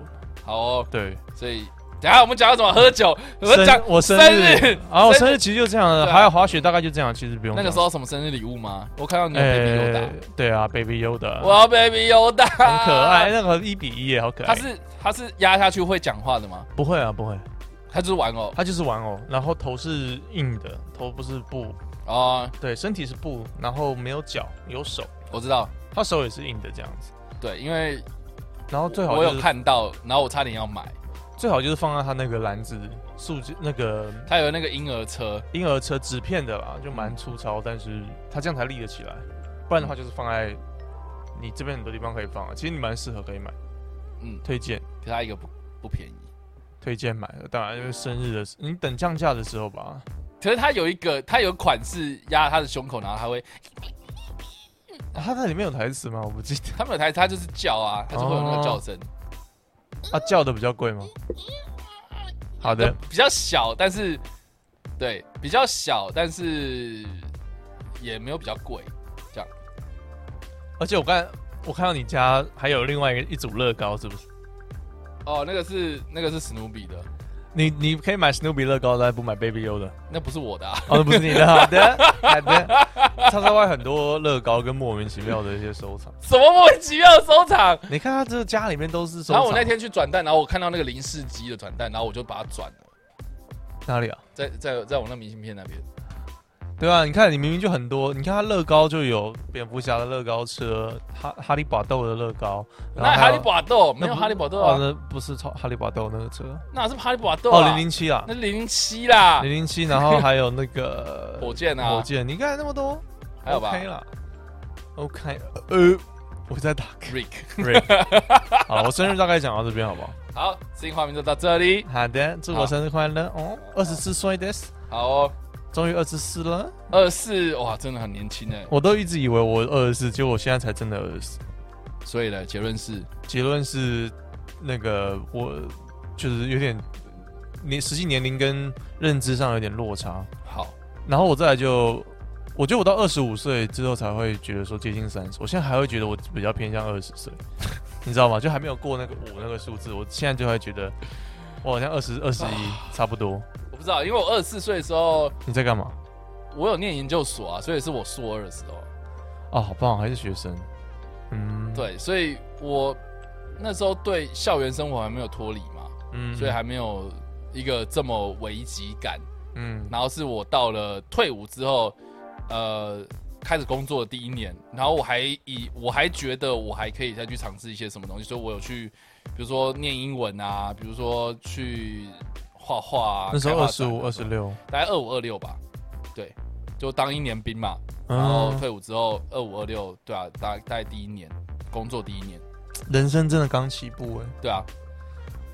好哦，
对。
所以等一下我们讲到怎么喝酒，我们讲
生我生
日，
啊，我
生
生日其实就这样了，
对啊
还有滑雪大概就这样，其实不用
那个
讲
时候什么生日礼物吗？我看到你有 baby
哎，
优达，
对啊，Baby Yoda，
我要 baby 优达，
很可爱，。那个一比一耶，好可爱。
他是他是压下去会讲话的吗？
不会啊，不会，
他就是玩偶
他就是玩偶，然后头是硬的，头不是布，
哦，
对，身体是布，然后没有脚，有手，
我知道，
他手也是硬的这样子。
对，因为
然后最好、
我
就是、
有，看到，然后我差点要买。
最好就是放在他那个篮子塑胶那个
他有那个婴儿车，
婴儿车纸片的啦，就蛮粗糙，但是他这样才立得起来，不然的话就是放在你这边很多地方可以放、啊，其实你蛮适合可以买，
嗯，
推荐
给他一个不不便宜。
推荐买，当然因为生日的时你等降价的时候吧，
可是他有一个，他有一款是压他的胸口，然后他会，
啊他在里面有台词吗？我不记得。
他没有台词，他就是叫
哦
啊，他就会有那个叫声，
啊，叫的比较贵吗？好的，
比较小，但是对比较小，但是也没有比较贵。
而且我刚才我看到你家还有另外一个一组乐高，是不是？
哦，那个是那个是史努比的，
你你可以买史努比乐高，但不买 Baby Yoda。
那不是我的、啊。
哦，那不是你的，好的好的。叉叉 Y 很多乐高跟莫名其妙的一些收 藏，
什么莫名其妙的收藏？
你看他这个家里面都是收藏。
然后我那天去转蛋，然后我看到那个零四机的转蛋，然后我就把它转了，
哪里啊？
在在在我那明信片那边。
对啊，你看你明明就很多，你看他乐高就有蝙蝠侠的乐高车，哈哈利巴豆的乐高，
那
然后还
哈
有
利波豆没
那
有
不
哈利波豆
哦，
啊，
那不是超哈利巴豆那个车，
那是哈利波豆
哦，
啊
零，零七啊，
那零零七啦，
零零七，然 后还有那个
火箭啊，
火箭，你看那么多，
还有吧
OK 啦，OK，呃，我在打
Rick。
break。好，我生日大概讲到这边好不好？
好，视频画面就到这里。
好的，祝
好
我生日快乐哦，二十四岁的，
好哦，
终于二十四了，
二四哇，真的很年轻哎。
我都一直以为我二十四，结果我现在才真的二十四。
所以呢，结论是，
结论是，那个我就是有点年实际年龄跟认知上有点落差，
好，
然后我再来就。我觉得我到二十五岁之后才会觉得说接近三十，我现在还会觉得我比较偏向二十岁， 你知道吗？就还没有过那个
嗯
五那个数字，我现在就会觉得我好像二十二十
啊
一差不多。
我不知道，因为我二十四岁的时候，
你在干嘛？
我有念研究所啊，所以是我硕二的时候。
哦，好棒，还是学生。嗯，，
对，所以我那时候对校园生活还没有脱离嘛，
嗯
所以还没有一个这么危机感。
嗯
然后是我到了退伍之后，呃，开始工作的第一年，然后我还以我还觉得我还可以再去尝试一些什么东西，所以我有去，比如说念英文啊，比如说去画画啊。
那时候
开画
二
展
十
啊
五、二十，六，
大概二五二六吧。对，就当一年兵嘛，
嗯
然后退伍之后二五二六，对啊，大大概第一年工作第一年，
人生真的刚起步哎、
对啊。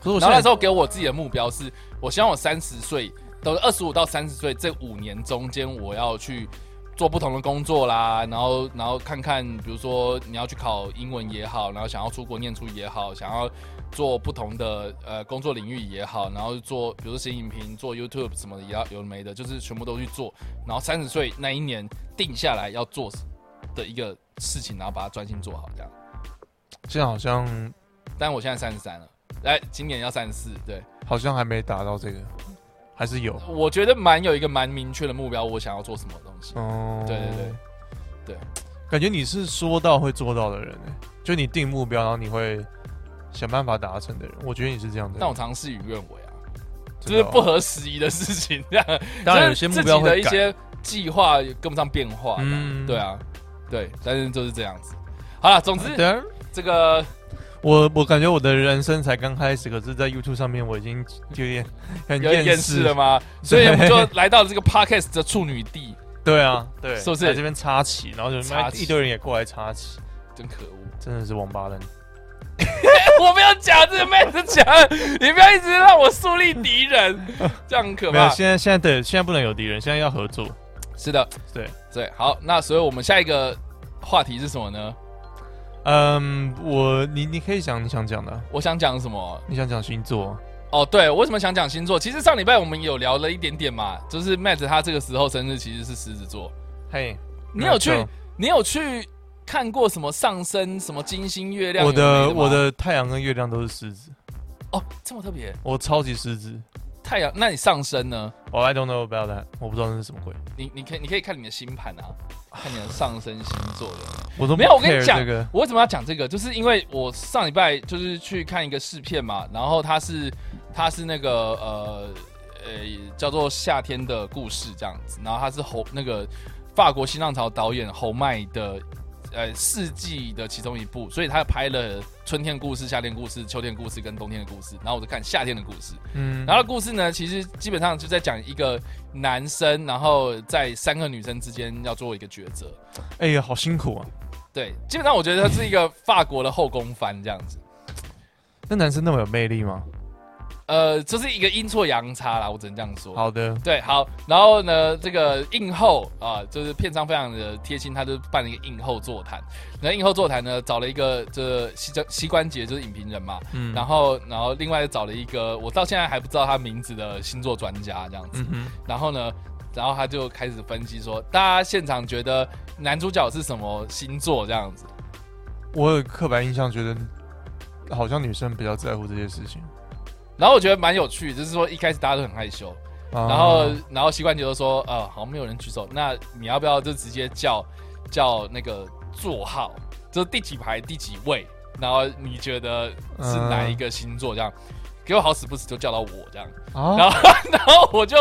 可是我
然后那
现
时
在
候给我自己的目标是，我希望我三十岁，到二十五到三十岁这五年中间，我要去做不同的工作啦，然后然后看看，比如说你要去考英文也好，然后想要出国念书也好，想要做不同的呃工作领域也好，然后做比如说写影评、做 YouTube 什么的也要有的没的，就是全部都去做。然后三十岁那一年定下来要做的一个事情，然后把它专心做好这样。
现在好像
但我现在三十三了，来今年要三十四，对。
好像还没达到这个，还是有
我觉得蛮有一个蛮明确的目标，我想要做什么东西。
哦、
对对对对，
感觉你是说到会做到的人哎、就你定目标，然后你会想办法达成的人，我觉得你是这样的人。
但我常事与愿违啊，就
真
是
的哦
不合时宜的事情。 这样，
当然有些目标
自己的
会
一
改
些计划跟不上变化。嗯，
嗯
对啊，对，但是就是这样子。好了，总之
对啊，
这个
我我感觉我的人生才刚开始，可是在 YouTube 上面我已经有点很
有点厌世
世
了？吗？所以我们就来到了这个 podcast 的处女地，
对啊，对，
是不是
在这边插旗，然后就
插旗
一堆人也过来插旗，
真可恶。
真的是王八蛋。
我没有讲这个妹子讲，你不要一直让我树立敌人， 这样很可
没有，
怕。
现在现在对，现在不能有敌人，现在要合作。
是的，
对，
对，好，那所以我们下一个话题是什么呢？
嗯，我你你可以讲你想讲的啊，
我想讲什么？
你想讲星座啊，
哦，对，我为什么想讲星座？其实上礼拜我们有聊了一点点嘛，就是 Matt 他这个时候生日其实是狮子座。
嘿，
你有去
那就，
你有去看过什么上升、什么金星、月亮有
我
没的
的
吗？
我的太阳跟月亮都是狮子，
哦，这么特别。
我超级狮子。
太阳，那你上升呢？
我 I don't know about that，我不知道那是什么鬼，
你你可以你可以看你的星盘啊，看你的上升星座的。
我都不
没有，我跟你
care
讲
这个，
我为什么要讲这个，就是因为我上礼拜就是去看一个试片嘛，然后它是它是那个呃呃叫做《夏天的故事》这样子，然后它是侯那个法国新浪潮导演侯麦的呃世纪的其中一部，所以他拍了春天故事、夏天故事、秋天故事跟冬天的故事，然后我就看夏天的故事，
嗯，
然后故事呢，其实基本上就在讲一个男生，然后在三个女生之间要做一个抉择，
哎呀，好辛苦啊。
对，基本上我觉得它是一个法国的后宫番这样子，
那男生那么有魅力吗？
呃，这是一个阴错阳差啦，我只能这样说。，
好的，
对，好，然后呢，这个映后啊、就是片商非常的贴心，他就办了一个映后座谈。那映后座谈呢，找了一个这膝关膝关节就是影评人嘛，
嗯
然后然后另外找了一个我到现在还不知道他名字的星座专家这样子，
嗯哼，
然后呢，然后他就开始分析说，大家现场觉得男主角是什么星座这样子。
我有刻板印象觉得，好像女生比较在乎这些事情。
然后我觉得蛮有趣，就是说一开始大家都很害羞，
然
然后然后膝关节就说，呃，好像没有人举手，那你要不要就直接叫叫那个座号，就是第几排第几位，然后你觉得是哪一个星座这样？给我好死不死就叫到我这样，
啊，
然后然后我就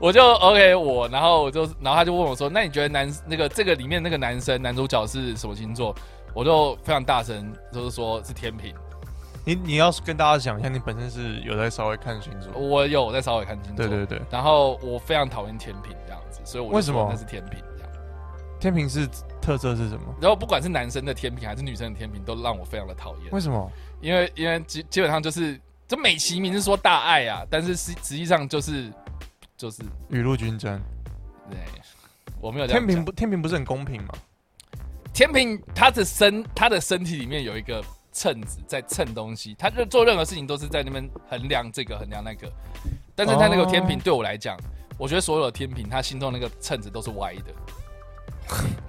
我就 OK 我，然后我就然后他就问我说，那你觉得男那个这个里面那个男生男主角是什么星座？我就非常大声就是说是天平，
你你要是跟大家讲一下，你本身是有在稍微看星座。
我有在稍微看星座，
对对对，
然后我非常讨厌天平这样子，所以我就
为什么
说那是天平这样？
天平是特色是什么？
然后不管是男生的天平还是女生的天平，都让我非常的讨厌
为。什么？
因为因为基基本上就是这美其名是说大爱啊，但是实实际上就是就是
雨露均沾。
对，我没有这样
天平
讲
不天平不是很公平吗？
天平他的身他的身体里面有一个秤子在称东西，他就做任何事情都是在那边衡量这个衡量那个，但是他那个天平
哦
对我来讲，我觉得所有的天平他心中那个秤子都是歪的。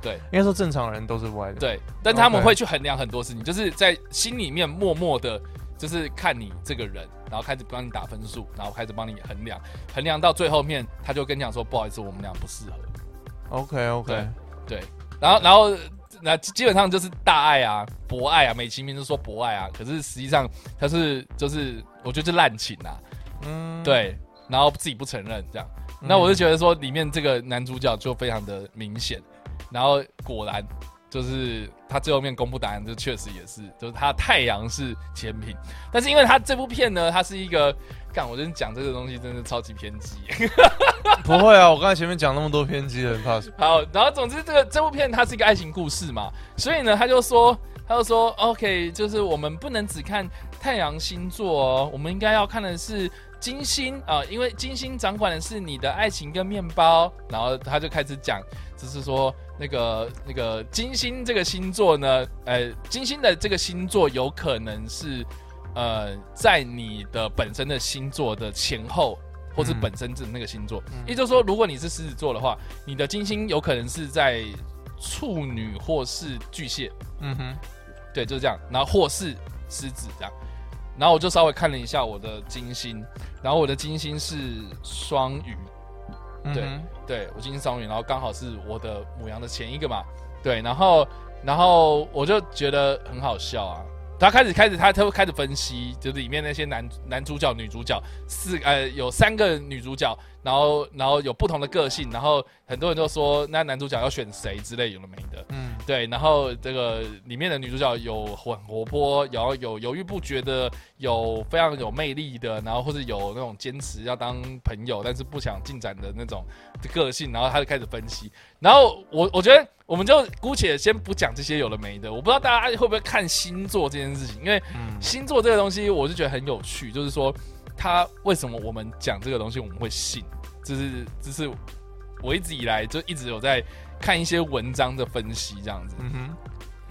应该说正常人都是歪的。，
对，但他们
OK
会去衡量很多事情，就是在心里面默默的，就是看你这个人，然后开始帮你打分数，然后开始帮你衡量，衡量到最后面，他就跟你讲说，不好意思，我们俩不适合。
OK OK，
对，然后然后那基基本上就是大爱啊、博爱啊，美其名是说博爱啊，可是实际上他是就是我觉得是滥情啊，
嗯，
对，然后自己不承认这样。
嗯
那我就觉得说，里面这个男主角就非常的明显，然后果然就是他最后面公布答案，就确实也是，就是他太阳是甜品，但是因为他这部片呢，它是一个，干，我真的讲这个东西真的超级偏激，
不会啊，我刚才前面讲那么多偏激的，很怕什么？
好，然后总之这个这部片它是一个爱情故事嘛，所以呢，他就说，他就说，OK，就是我们不能只看太阳星座哦，我们应该要看的是金星啊、因为金星掌管的是你的爱情跟面包。然后他就开始讲，就是说那个那个金星这个星座呢，呃，金星的这个星座有可能是呃，在你的本身的星座的前后。或是
嗯
本身的那个星座，
嗯
也就是说，如果你是狮子座的话，你的金星有可能是在处女或是巨蟹，
嗯哼，
对，就是这样，然后或是狮子这样。然后我就稍微看了一下我的金星，然后我的金星是双鱼，
嗯
对
哼
对我金星双鱼，然后刚好是我的母羊的前一个嘛，对，然后然后我就觉得很好笑啊。他开始开始他他会开始分析，就是里面那些男男主角、女主角四呃有三个女主角，然后然后有不同的个性，然后很多人就说那男主角要选谁之类有的没的，
嗯
对，然后这个里面的女主角有很活泼，然后有犹豫不决的，有非常有魅力的，然后或者有那种坚持要当朋友但是不想进展的那种个性，然后他就开始分析。然后我我觉得我们就姑且先不讲这些有的没的，我不知道大家会不会看星座这件事情，因为
嗯
星座这个东西我是觉得很有趣，就是说它为什么我们讲这个东西我们会信，就是就是我一直以来就一直有在看一些文章的分析这样子。
嗯哼，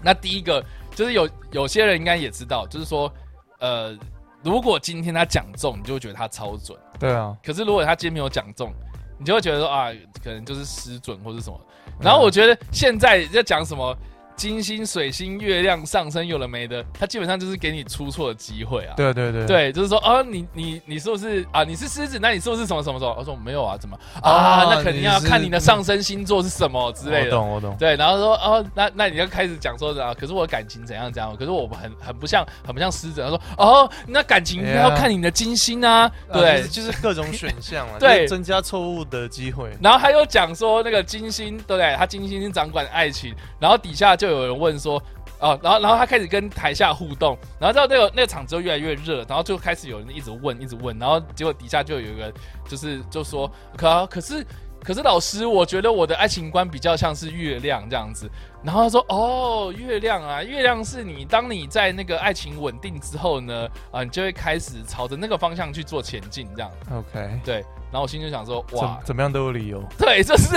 那第一个就是有有些人应该也知道，就是说，呃，如果今天他讲中，你就会觉得他超准；
对啊，
可是如果他今天没有讲中，你就会觉得说啊，可能就是失准或是什么。然
嗯
后我觉得现在在讲什么金星、水星、月亮上升有了没的，他基本上就是给你出错的机会啊。
对对对，
对，就是说，哦，你你你是不是啊？你是狮子，那你是不是什么什么什么？我说没有啊，怎么啊？
啊
那肯定要
你是
看你的上升星座是什么之类
我
的。
懂我懂，
对，然后说哦，那那你就开始讲说啊，可是我的感情怎样怎样，可是我很很不像很不像狮子。他说哦，那感情应该要
Yeah
看你的金星啊，
哎啊
对。
就是就是各种选项 啊，
对
就是增加错误的机会，
然后他又讲说那个金星，对不对？他金星是掌管爱情，然后底下就有人问说，哦，然后然后他开始跟台下互动，然后到那个那个场子就越来越热，然后就开始有人一直问，一直问，然后结果底下就有一个就是就说，可可是可是老师，我觉得我的爱情观比较像是月亮这样子。然后他说，哦，月亮啊，月亮是你当你在那个爱情稳定之后呢，啊，你就会开始朝着那个方向去做前进这样。
OK，
对，然后我心里就想说，哇
怎，怎么样都有理由，
对，就是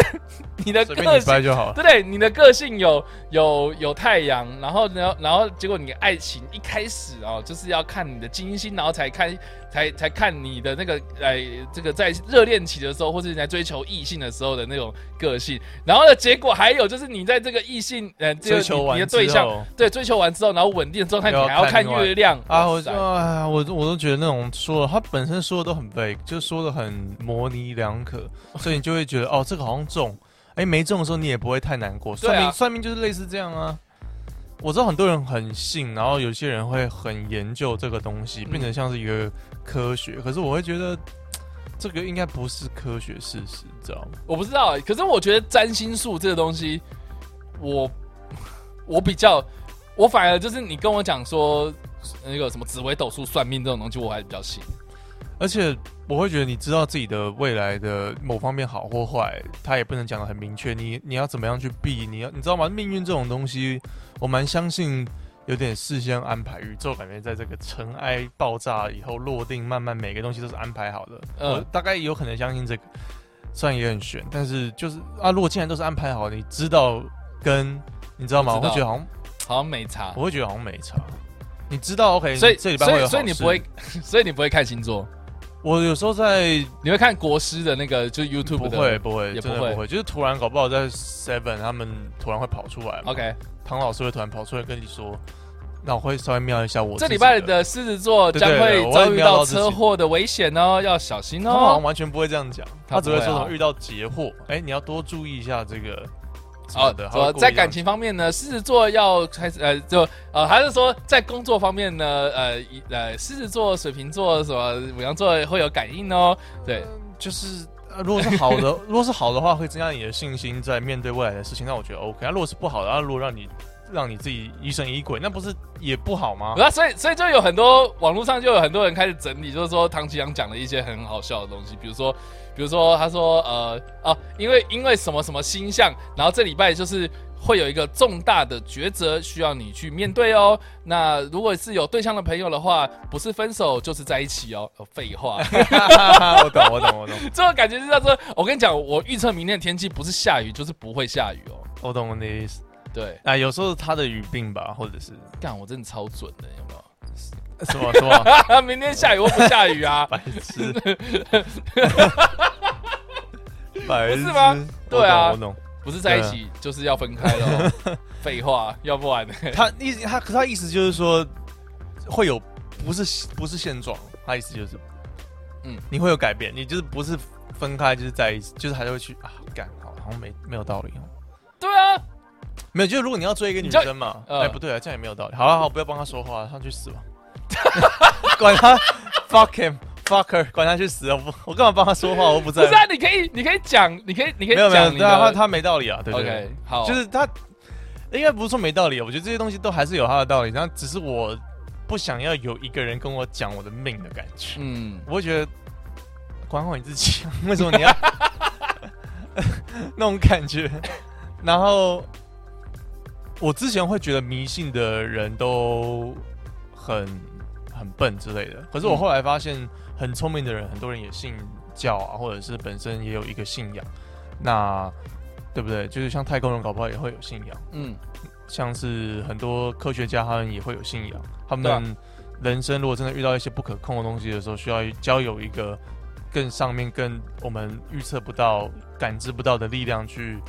你的
随便
个
你
性，
掰就好了。
对不对？你的个性有有有太阳，然后然后然后结果你的爱情一开始哦，就是要看你的金星，然后才看才才看你的那个呃这个在热恋期的时候，或是你在追求异性的时候的那种个性。然后呢，结果还有就是你在这个异性呃这个
追求
你
完
你的对
之
象
后
对追求完之后，然后稳定的状态，你
又要
还要
看
看
另外
月亮哇
啊，我
塞
就啊，我都我都觉得那种说的，他本身说的都很 vague，就说的很模棱两可，所以你就会觉得哦，这个好像中，哎，没中的时候你也不会太难过。
对啊
算命算命就是类似这样啊。我知道很多人很信，然后有些人会很研究这个东西，
嗯
变成像是一个科学。可是我会觉得嘖这个应该不是科学事实，你知道吗？
我不知道欸，可是我觉得占星术这个东西，我我比较，我反而就是你跟我讲说那个什么紫微斗数、算命这种东西，我还比较信。
而且我会觉得你知道自己的未来的某方面好或坏，他也不能讲得很明确。你你要怎么样去避？你要你知道吗？命运这种东西，我蛮相信有点事先安排。宇宙感觉在这个尘埃爆炸以后落定，慢慢每个东西都是安排好的。
嗯
我大概有可能相信这个，虽然也很悬，但是就是啊，如果既然都是安排好的，你知道跟你知道吗？
我
我
知道
会觉得好像
好像没差，
我会觉得好像没差。你知道 OK，
所以
这
所
礼拜会有
以
好
所以你
事
不会， 所以你不会看星座，
我有时候在
你会看国师的那个就是 YouTube
不
的
会不会，
也
真
不
的
会
不会，就是突然搞不好在 Seven 他们突然会跑出来嘛
OK，
唐老师会突然跑出来跟你说，那我会稍微瞄一下我
这
自己
礼拜的狮子座
对
将
对
会
我会
遭遇
瞄到
到
自己
车祸的危险哦，要小心
他们好像
哦。
完全不会这样讲，
他
他只会
不会
说什
啊
么遇到劫祸，哎，你要多注意一下这个什
哦
么的，，他
我
会
在
故意
感情方面呢，狮子座要开始呃，就呃，还是说在工作方面呢，呃一呃，狮子座、水瓶座什么母羊座会有感应哦。对，
让，就是。呃 如果是好的，如果是好的话，会增加你的信心在面对未来的事情，那我觉得 OK。那、如果是不好的，那、如果让你让你自己疑神疑鬼，那不是也不 好吗？
那、啊、所以所以就有很多网络上就有很多人开始整理，就是说唐奇阳讲了一些很好笑的东西，比如说比如说他说呃哦、因为因为什么什么星象，然后这礼拜就是会有一个重大的抉择需要你去面对哦。那如果是有对象的朋友的话，不是分手就是在一起哦。哦废话，
我懂，我懂，我懂，
这种感觉就是他说，我跟你讲，我预测明天的天气不是下雨就是不会下雨哦。
我懂你的意思。
对，
啊，有时候是他的语病吧，或者是
干我真的超准的，有没有？
什么什么
明天下雨或不下雨啊？
白 痴，白痴
不是吗？对啊
我懂，我懂。
不是在一起就是要分开了、 哦，废话，要不然呢？
他意思他可他意思就是说会有不是不是现状，他意思就是嗯
嗯，
你会有改变，你就是不是分开就是在一起，就是还是会去啊干，好好像没没有道理哦。
对啊，
没有，就是如果你要追一个女
你就
生嘛，哎、
呃
不对啊，这样也没有道理。好了、好，不要帮他说话了，他去死吧， 管他，fuck him，fuck her，管他去死啊！我我干嘛帮他说话？我又不在
不，是啊，你可以，你可以讲，你可以，你可以
没有没有，
讲你
对啊，他
的。
他没道理啊，对不对
OK，好，
就是他应该不是说没道理啊，我觉得这些东西都还是有他的道理，然后只是我不想要有一个人跟我讲我的命的感觉，
嗯，
我会觉得管好你自己， 为什么你要那种感觉？然后我之前会觉得迷信的人都很很笨之类的，可是我
嗯
后来发现，很聪明的人，很多人也信教啊，或者是本身也有一个信仰，那对不对？就是像太空人搞不好也会有信仰，
嗯，
像是很多科学家他们也会有信仰，他
对啊
们人生如果真的遇到一些不可控的东西的时候，需要交有一个更上面、更我们预测不到、感知不到的力量去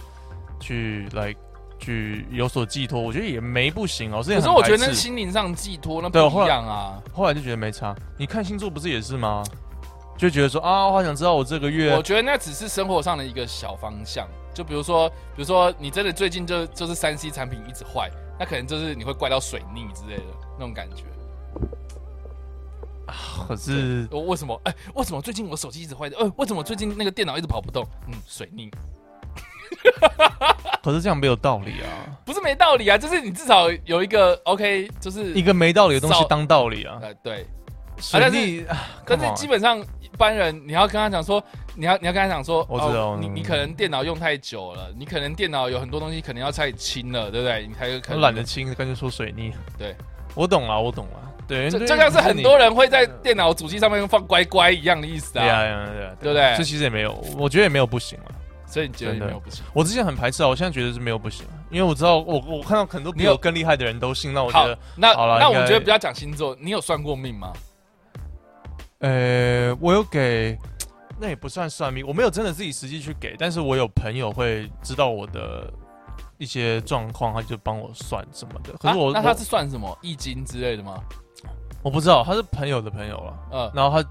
去来去有所寄托。我觉得也没不行哦。之前
可是
很
我
排
觉得那
斥
心灵上寄托那
对我
不
后
一
来
样啊。
后来就觉得没差。你看星座不是也是吗？就觉得说啊，我好想知道我这个月
我觉得那只是生活上的一个小方向，就比如说，比如说你真的最近就就是三 C 产品一直坏，那可能就是你会怪到水逆之类的那种感觉。
可是
我为什么？哎、为什么最近我手机一直坏掉？呃，为什么最近那个电脑一直跑不动？嗯，水逆
可是这样没有道理啊，
不是没道理啊，就是你至少有一个 OK，就是
一个没道理的东西
少
当道理啊。
呃对，
水
但是
逆，啊
但
come
是
on
基本上一般人，你要跟他讲说，你要你要跟他讲说，
我知道
哦、你
嗯
你可能电脑用太久了，你可能电脑有很多东西可能要太轻了，对不对？你才有可
我
能
懒得清，干脆说水逆。
对，
我懂了，我懂了。对，
就
对
就像是很多
你
人会在电脑主机上面放乖乖一样的意思
对啊，
啊。
对啊，对啊，
对不对
这其实也没有，我觉得也没有不行了。
所以你觉得你没有不行？
我之前很排斥啊，我现在觉得是没有不行，因为我知道我我看到很多比
你有
我更厉害的人都信，那我觉
好
得，，
那
好啦
那
应
我
该
们觉得不要讲星座，你有算过命吗？
呃，我有给，那也不算算命，我没有真的自己实际去给，但是我有朋友会知道我的一些状况，他就帮我算什么的。可是我、
啊那他是算什么易经之类的吗？
我我不知道，他是朋友的朋友啊了。
呃，
然后他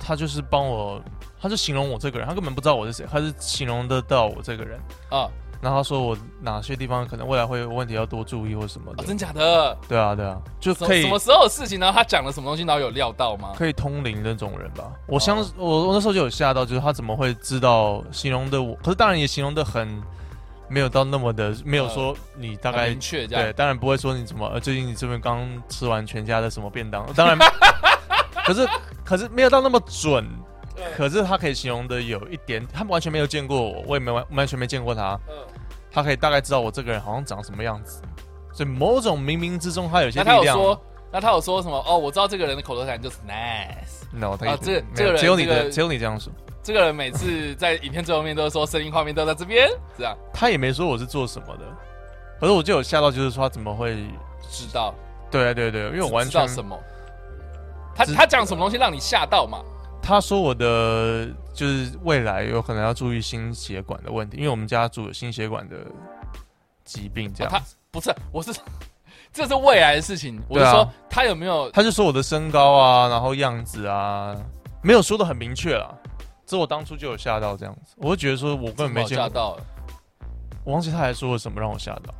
他就是帮我，他就形容我这个人，他根本不知道我是谁，他是形容得到我这个人。
啊，
然后他说我哪些地方可能未来会有问题，要多注意或什么
哦
的。
真假的？
对啊，对啊，就
什
可以
什么时候的事情呢？他讲了什么东西，然后有料到吗？
可以通灵那种人吧。我相
哦
我我那时候就有吓到，就是他怎么会知道形容的我？可是当然也形容的很没有到那么的，没有说你大
呃很
概
明确这
对，
样。
当然不会说你什么，呃，最近你这边刚吃完全家的什么便当，当然， 可是可是没有到那么准，可是他可以形容的有一点，他完全没有见过我，我也没完完全没见过他，
嗯
他可以大概知道我这个人好像长什么样子，所以某种冥冥之中他有一些
那他
力
有
量。
说，那他有说什么？哦，我知道这个人的口头禅就是 nice。
no，他
啊
一直
这个这个
没有
人
只有你的、
这个
只有你这样说，
这个人每次在影片最后面都是说声音画面都在这边，这样
他也没说我是做什么的，可是我就有吓到，就是说他怎么会？
知道。
对啊对对，因为我完
知
全
道什么？他
知
他讲什么东西让你吓到嘛？
他说我的就是未来有可能要注意心血管的问题，因为我们家族有心血管的疾病，这样、
啊他不是，我是 这是未来的事情。我是
对啊
说他有没有
他就说我的身高啊，然后样子啊，没有说的很明确啦。这我当初就有吓到这样子，我就觉得说我根本没见
吓
过，
到了？
我忘记他还说了什么让我吓到。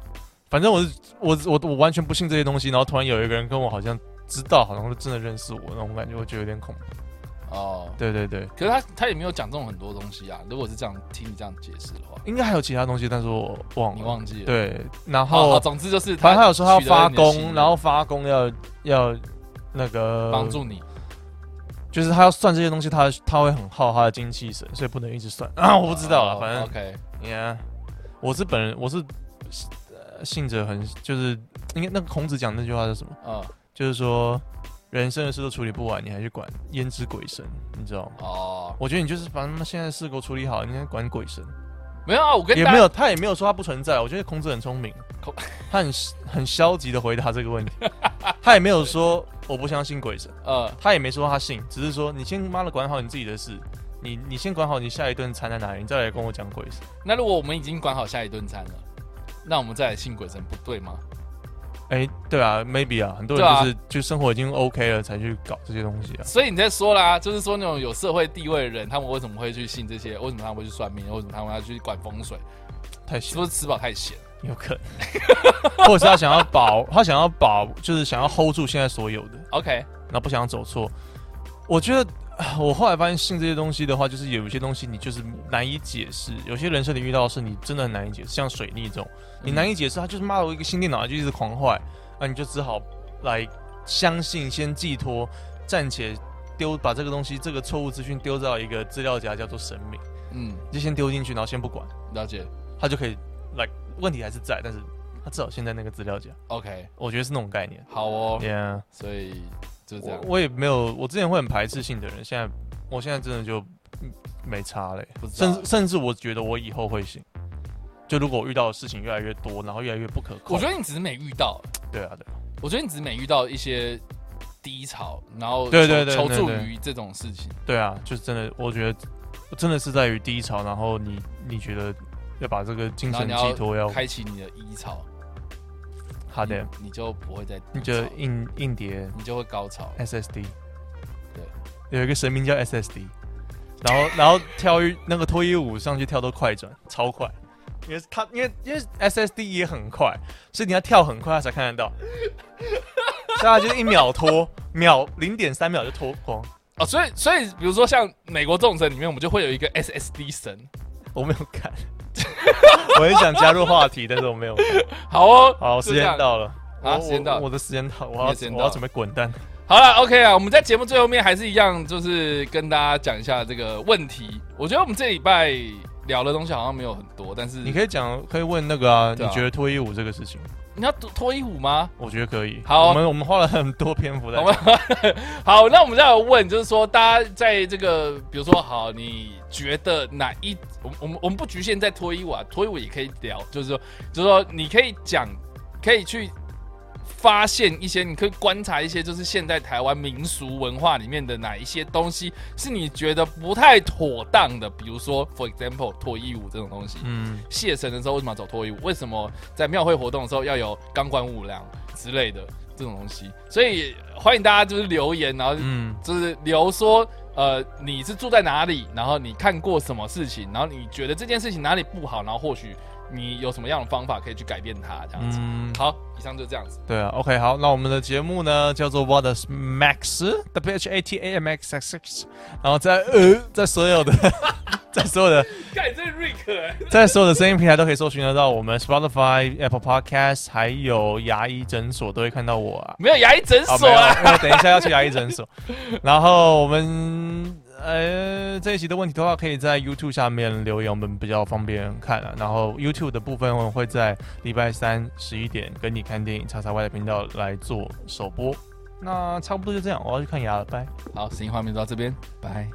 反正我是我我我完全不信这些东西，然后突然有一个人跟我好像知道，好像真的认识我那种感觉，我觉得有点恐怖。
哦，
对对对，
可是他他也没有讲这种很多东西啊。如果是这样听你这样解释的话，
应该还有其他东西，但是我忘了。
你忘记了。
对，然
好，好，
后
总之就是
反正他有说他要
取得了
发
你的信
功，
任
然后发功要要那个
帮助你。
就是他要算这些东西，他他会很耗他的精气神，所以不能一直算 啊。我不知道
哦
了，反正
OK，
yeah，我是本人，我是呃信者很就是应该那个孔子讲那句话是什么？
嗯，
就是说人生的事都处理不完，你还去管焉知鬼神？你知道吗？
哦，
我觉得你就是把他们现在的事给我处理好，你应该管鬼神。
没有啊，我跟
也
大
没
家
有，他也没有说他不存在。我觉得孔子很聪明
孔，
他很很消极的回答这个问题，他也没有说我不相信鬼神。
呃，
他也没说他信，只是说你先妈的管好你自己的事，你你先管好你下一顿餐在哪里，你再来跟我讲鬼事。
那如果我们已经管好下一顿餐了，那我们再来信鬼神不对吗？
哎、对啊，maybe 啊，很多
对
人
啊
就是、就生活已经 OK 了才去搞这些东西啊。
所以你在说啦，就是说那种有社会地位的人，他们为什么会去信这些？为什么他们会去算命？为什么他们要去管风水？
太
是
闲
不是吃饱太闲？
有可能， 或者是他想要保，他想要保，就是想要 hold 住现在所有的，
OK，
然后不想走错。我觉得啊我后来发现信这些东西的话，就是有一些东西你就是难以解释，有些人生你遇到的事你真的很难以解释，像水逆这种。你
嗯
难以解释，他就是妈的我一个新电脑它就一直狂坏，啊，你就只好来相信，先寄托，暂且丢把这个东西这个错误资讯丢到一个资料夹叫做神明，
嗯，
你就先丢进去，然后先不管，
了解。
他就可以来问题还是在，但是他至少现在那个资料夹，
OK，
我觉得是那种概念。
好哦，
Yeah，
所以就这
我
样，
我也没有，我之前会很排斥性的人，现在我现在真的就嗯没差嘞、
不知
甚
道
至。甚至我觉得我以后会信，就如果我遇到的事情越来越多，然后越来越不可控，
我觉得你只是没遇到，
对啊对啊。
我觉得你只是没遇到一些低潮，然后
对对对
求
对
求助
对
于这种事情。
对啊，就是真的，我觉得真的是在于低潮，然后你你觉得要把这个精
然后
神
你
寄托要
要开嗯启你的一潮，
好的，
你你就不会再低
你嗯觉得
潮
硬硬碟
你就会高潮。
SSD，
对，
有一个神明叫 SSD，然后然后跳一那个脱衣舞上去跳都快转，超快。因为他，因为因为 SSD 也很快，所以你要跳很快，他才看得到。所以他就是一秒脱， 秒零点三秒就脱光。
哦，所以所以比如说像美国众神里面，我们就会有一个 SSD 神。
我没有看， 我很想加入话题，但是我没有看。
好哦，
好，
就
时
这样
间。到了。
啊
我
时间到了
我我的时间到，我
你
要
的时间
我
到
要
了
准备滚蛋。
好了，OK 啊，我们在节目最后面还是一样，就是跟大家讲一下这个问题。我觉得我们这礼拜聊的东西好像没有很多，但是
你可以讲，可以问那个啊，
嗯对
你
啊
觉得脱衣舞这个事情？
你要脱脱衣舞吗？
我觉得可以。
好啊
我们我们花了很多篇幅 在
我们好，那我们再来问，就是说，大家在这个，比如说，好，你觉得哪一，我们我们我们不局限在脱衣舞啊，脱衣舞也可以聊，就是说，就是说，你可以讲，可以去发现一些，你可以观察一些，就是现在台湾民俗文化里面的哪一些东西是你觉得不太妥当的，比如说，for example，脱衣舞这种东西，
嗯，
谢神的时候为什么要走脱衣舞？为什么在庙会活动的时候要有钢管舞娘之类的这种东西？所以欢迎大家就是留言，然后
嗯
就是留说，呃，你是住在哪里，然后你看过什么事情，然后你觉得这件事情哪里不好，然后或许你有什么样的方法可以去改变它，这样子。
嗯，
好，以上就这样子。
对啊。OK，好，那我们的节目呢叫做 What is Max？W H A T A M X X X。然后在呃，在所有的 在所有的
盖这是 Rick，、欸、
在所有的声音平台都可以搜寻得到我们 Spotify、Apple Podcast，还有牙医诊所都会看到我啊。
没有牙医诊
啊，
所啊。
没有，因为等一下要去牙医 诊所。然后我们呃这一集的问题的话，可以在 YouTube 下面留言，我们比较方便看啊。然后 YouTube 的部分我们会在礼拜三十一点跟你看电影叉叉 Y 的频道来做首播。那差不多就这样，我要去看牙了，拜。
好，声音画面就到这边，拜。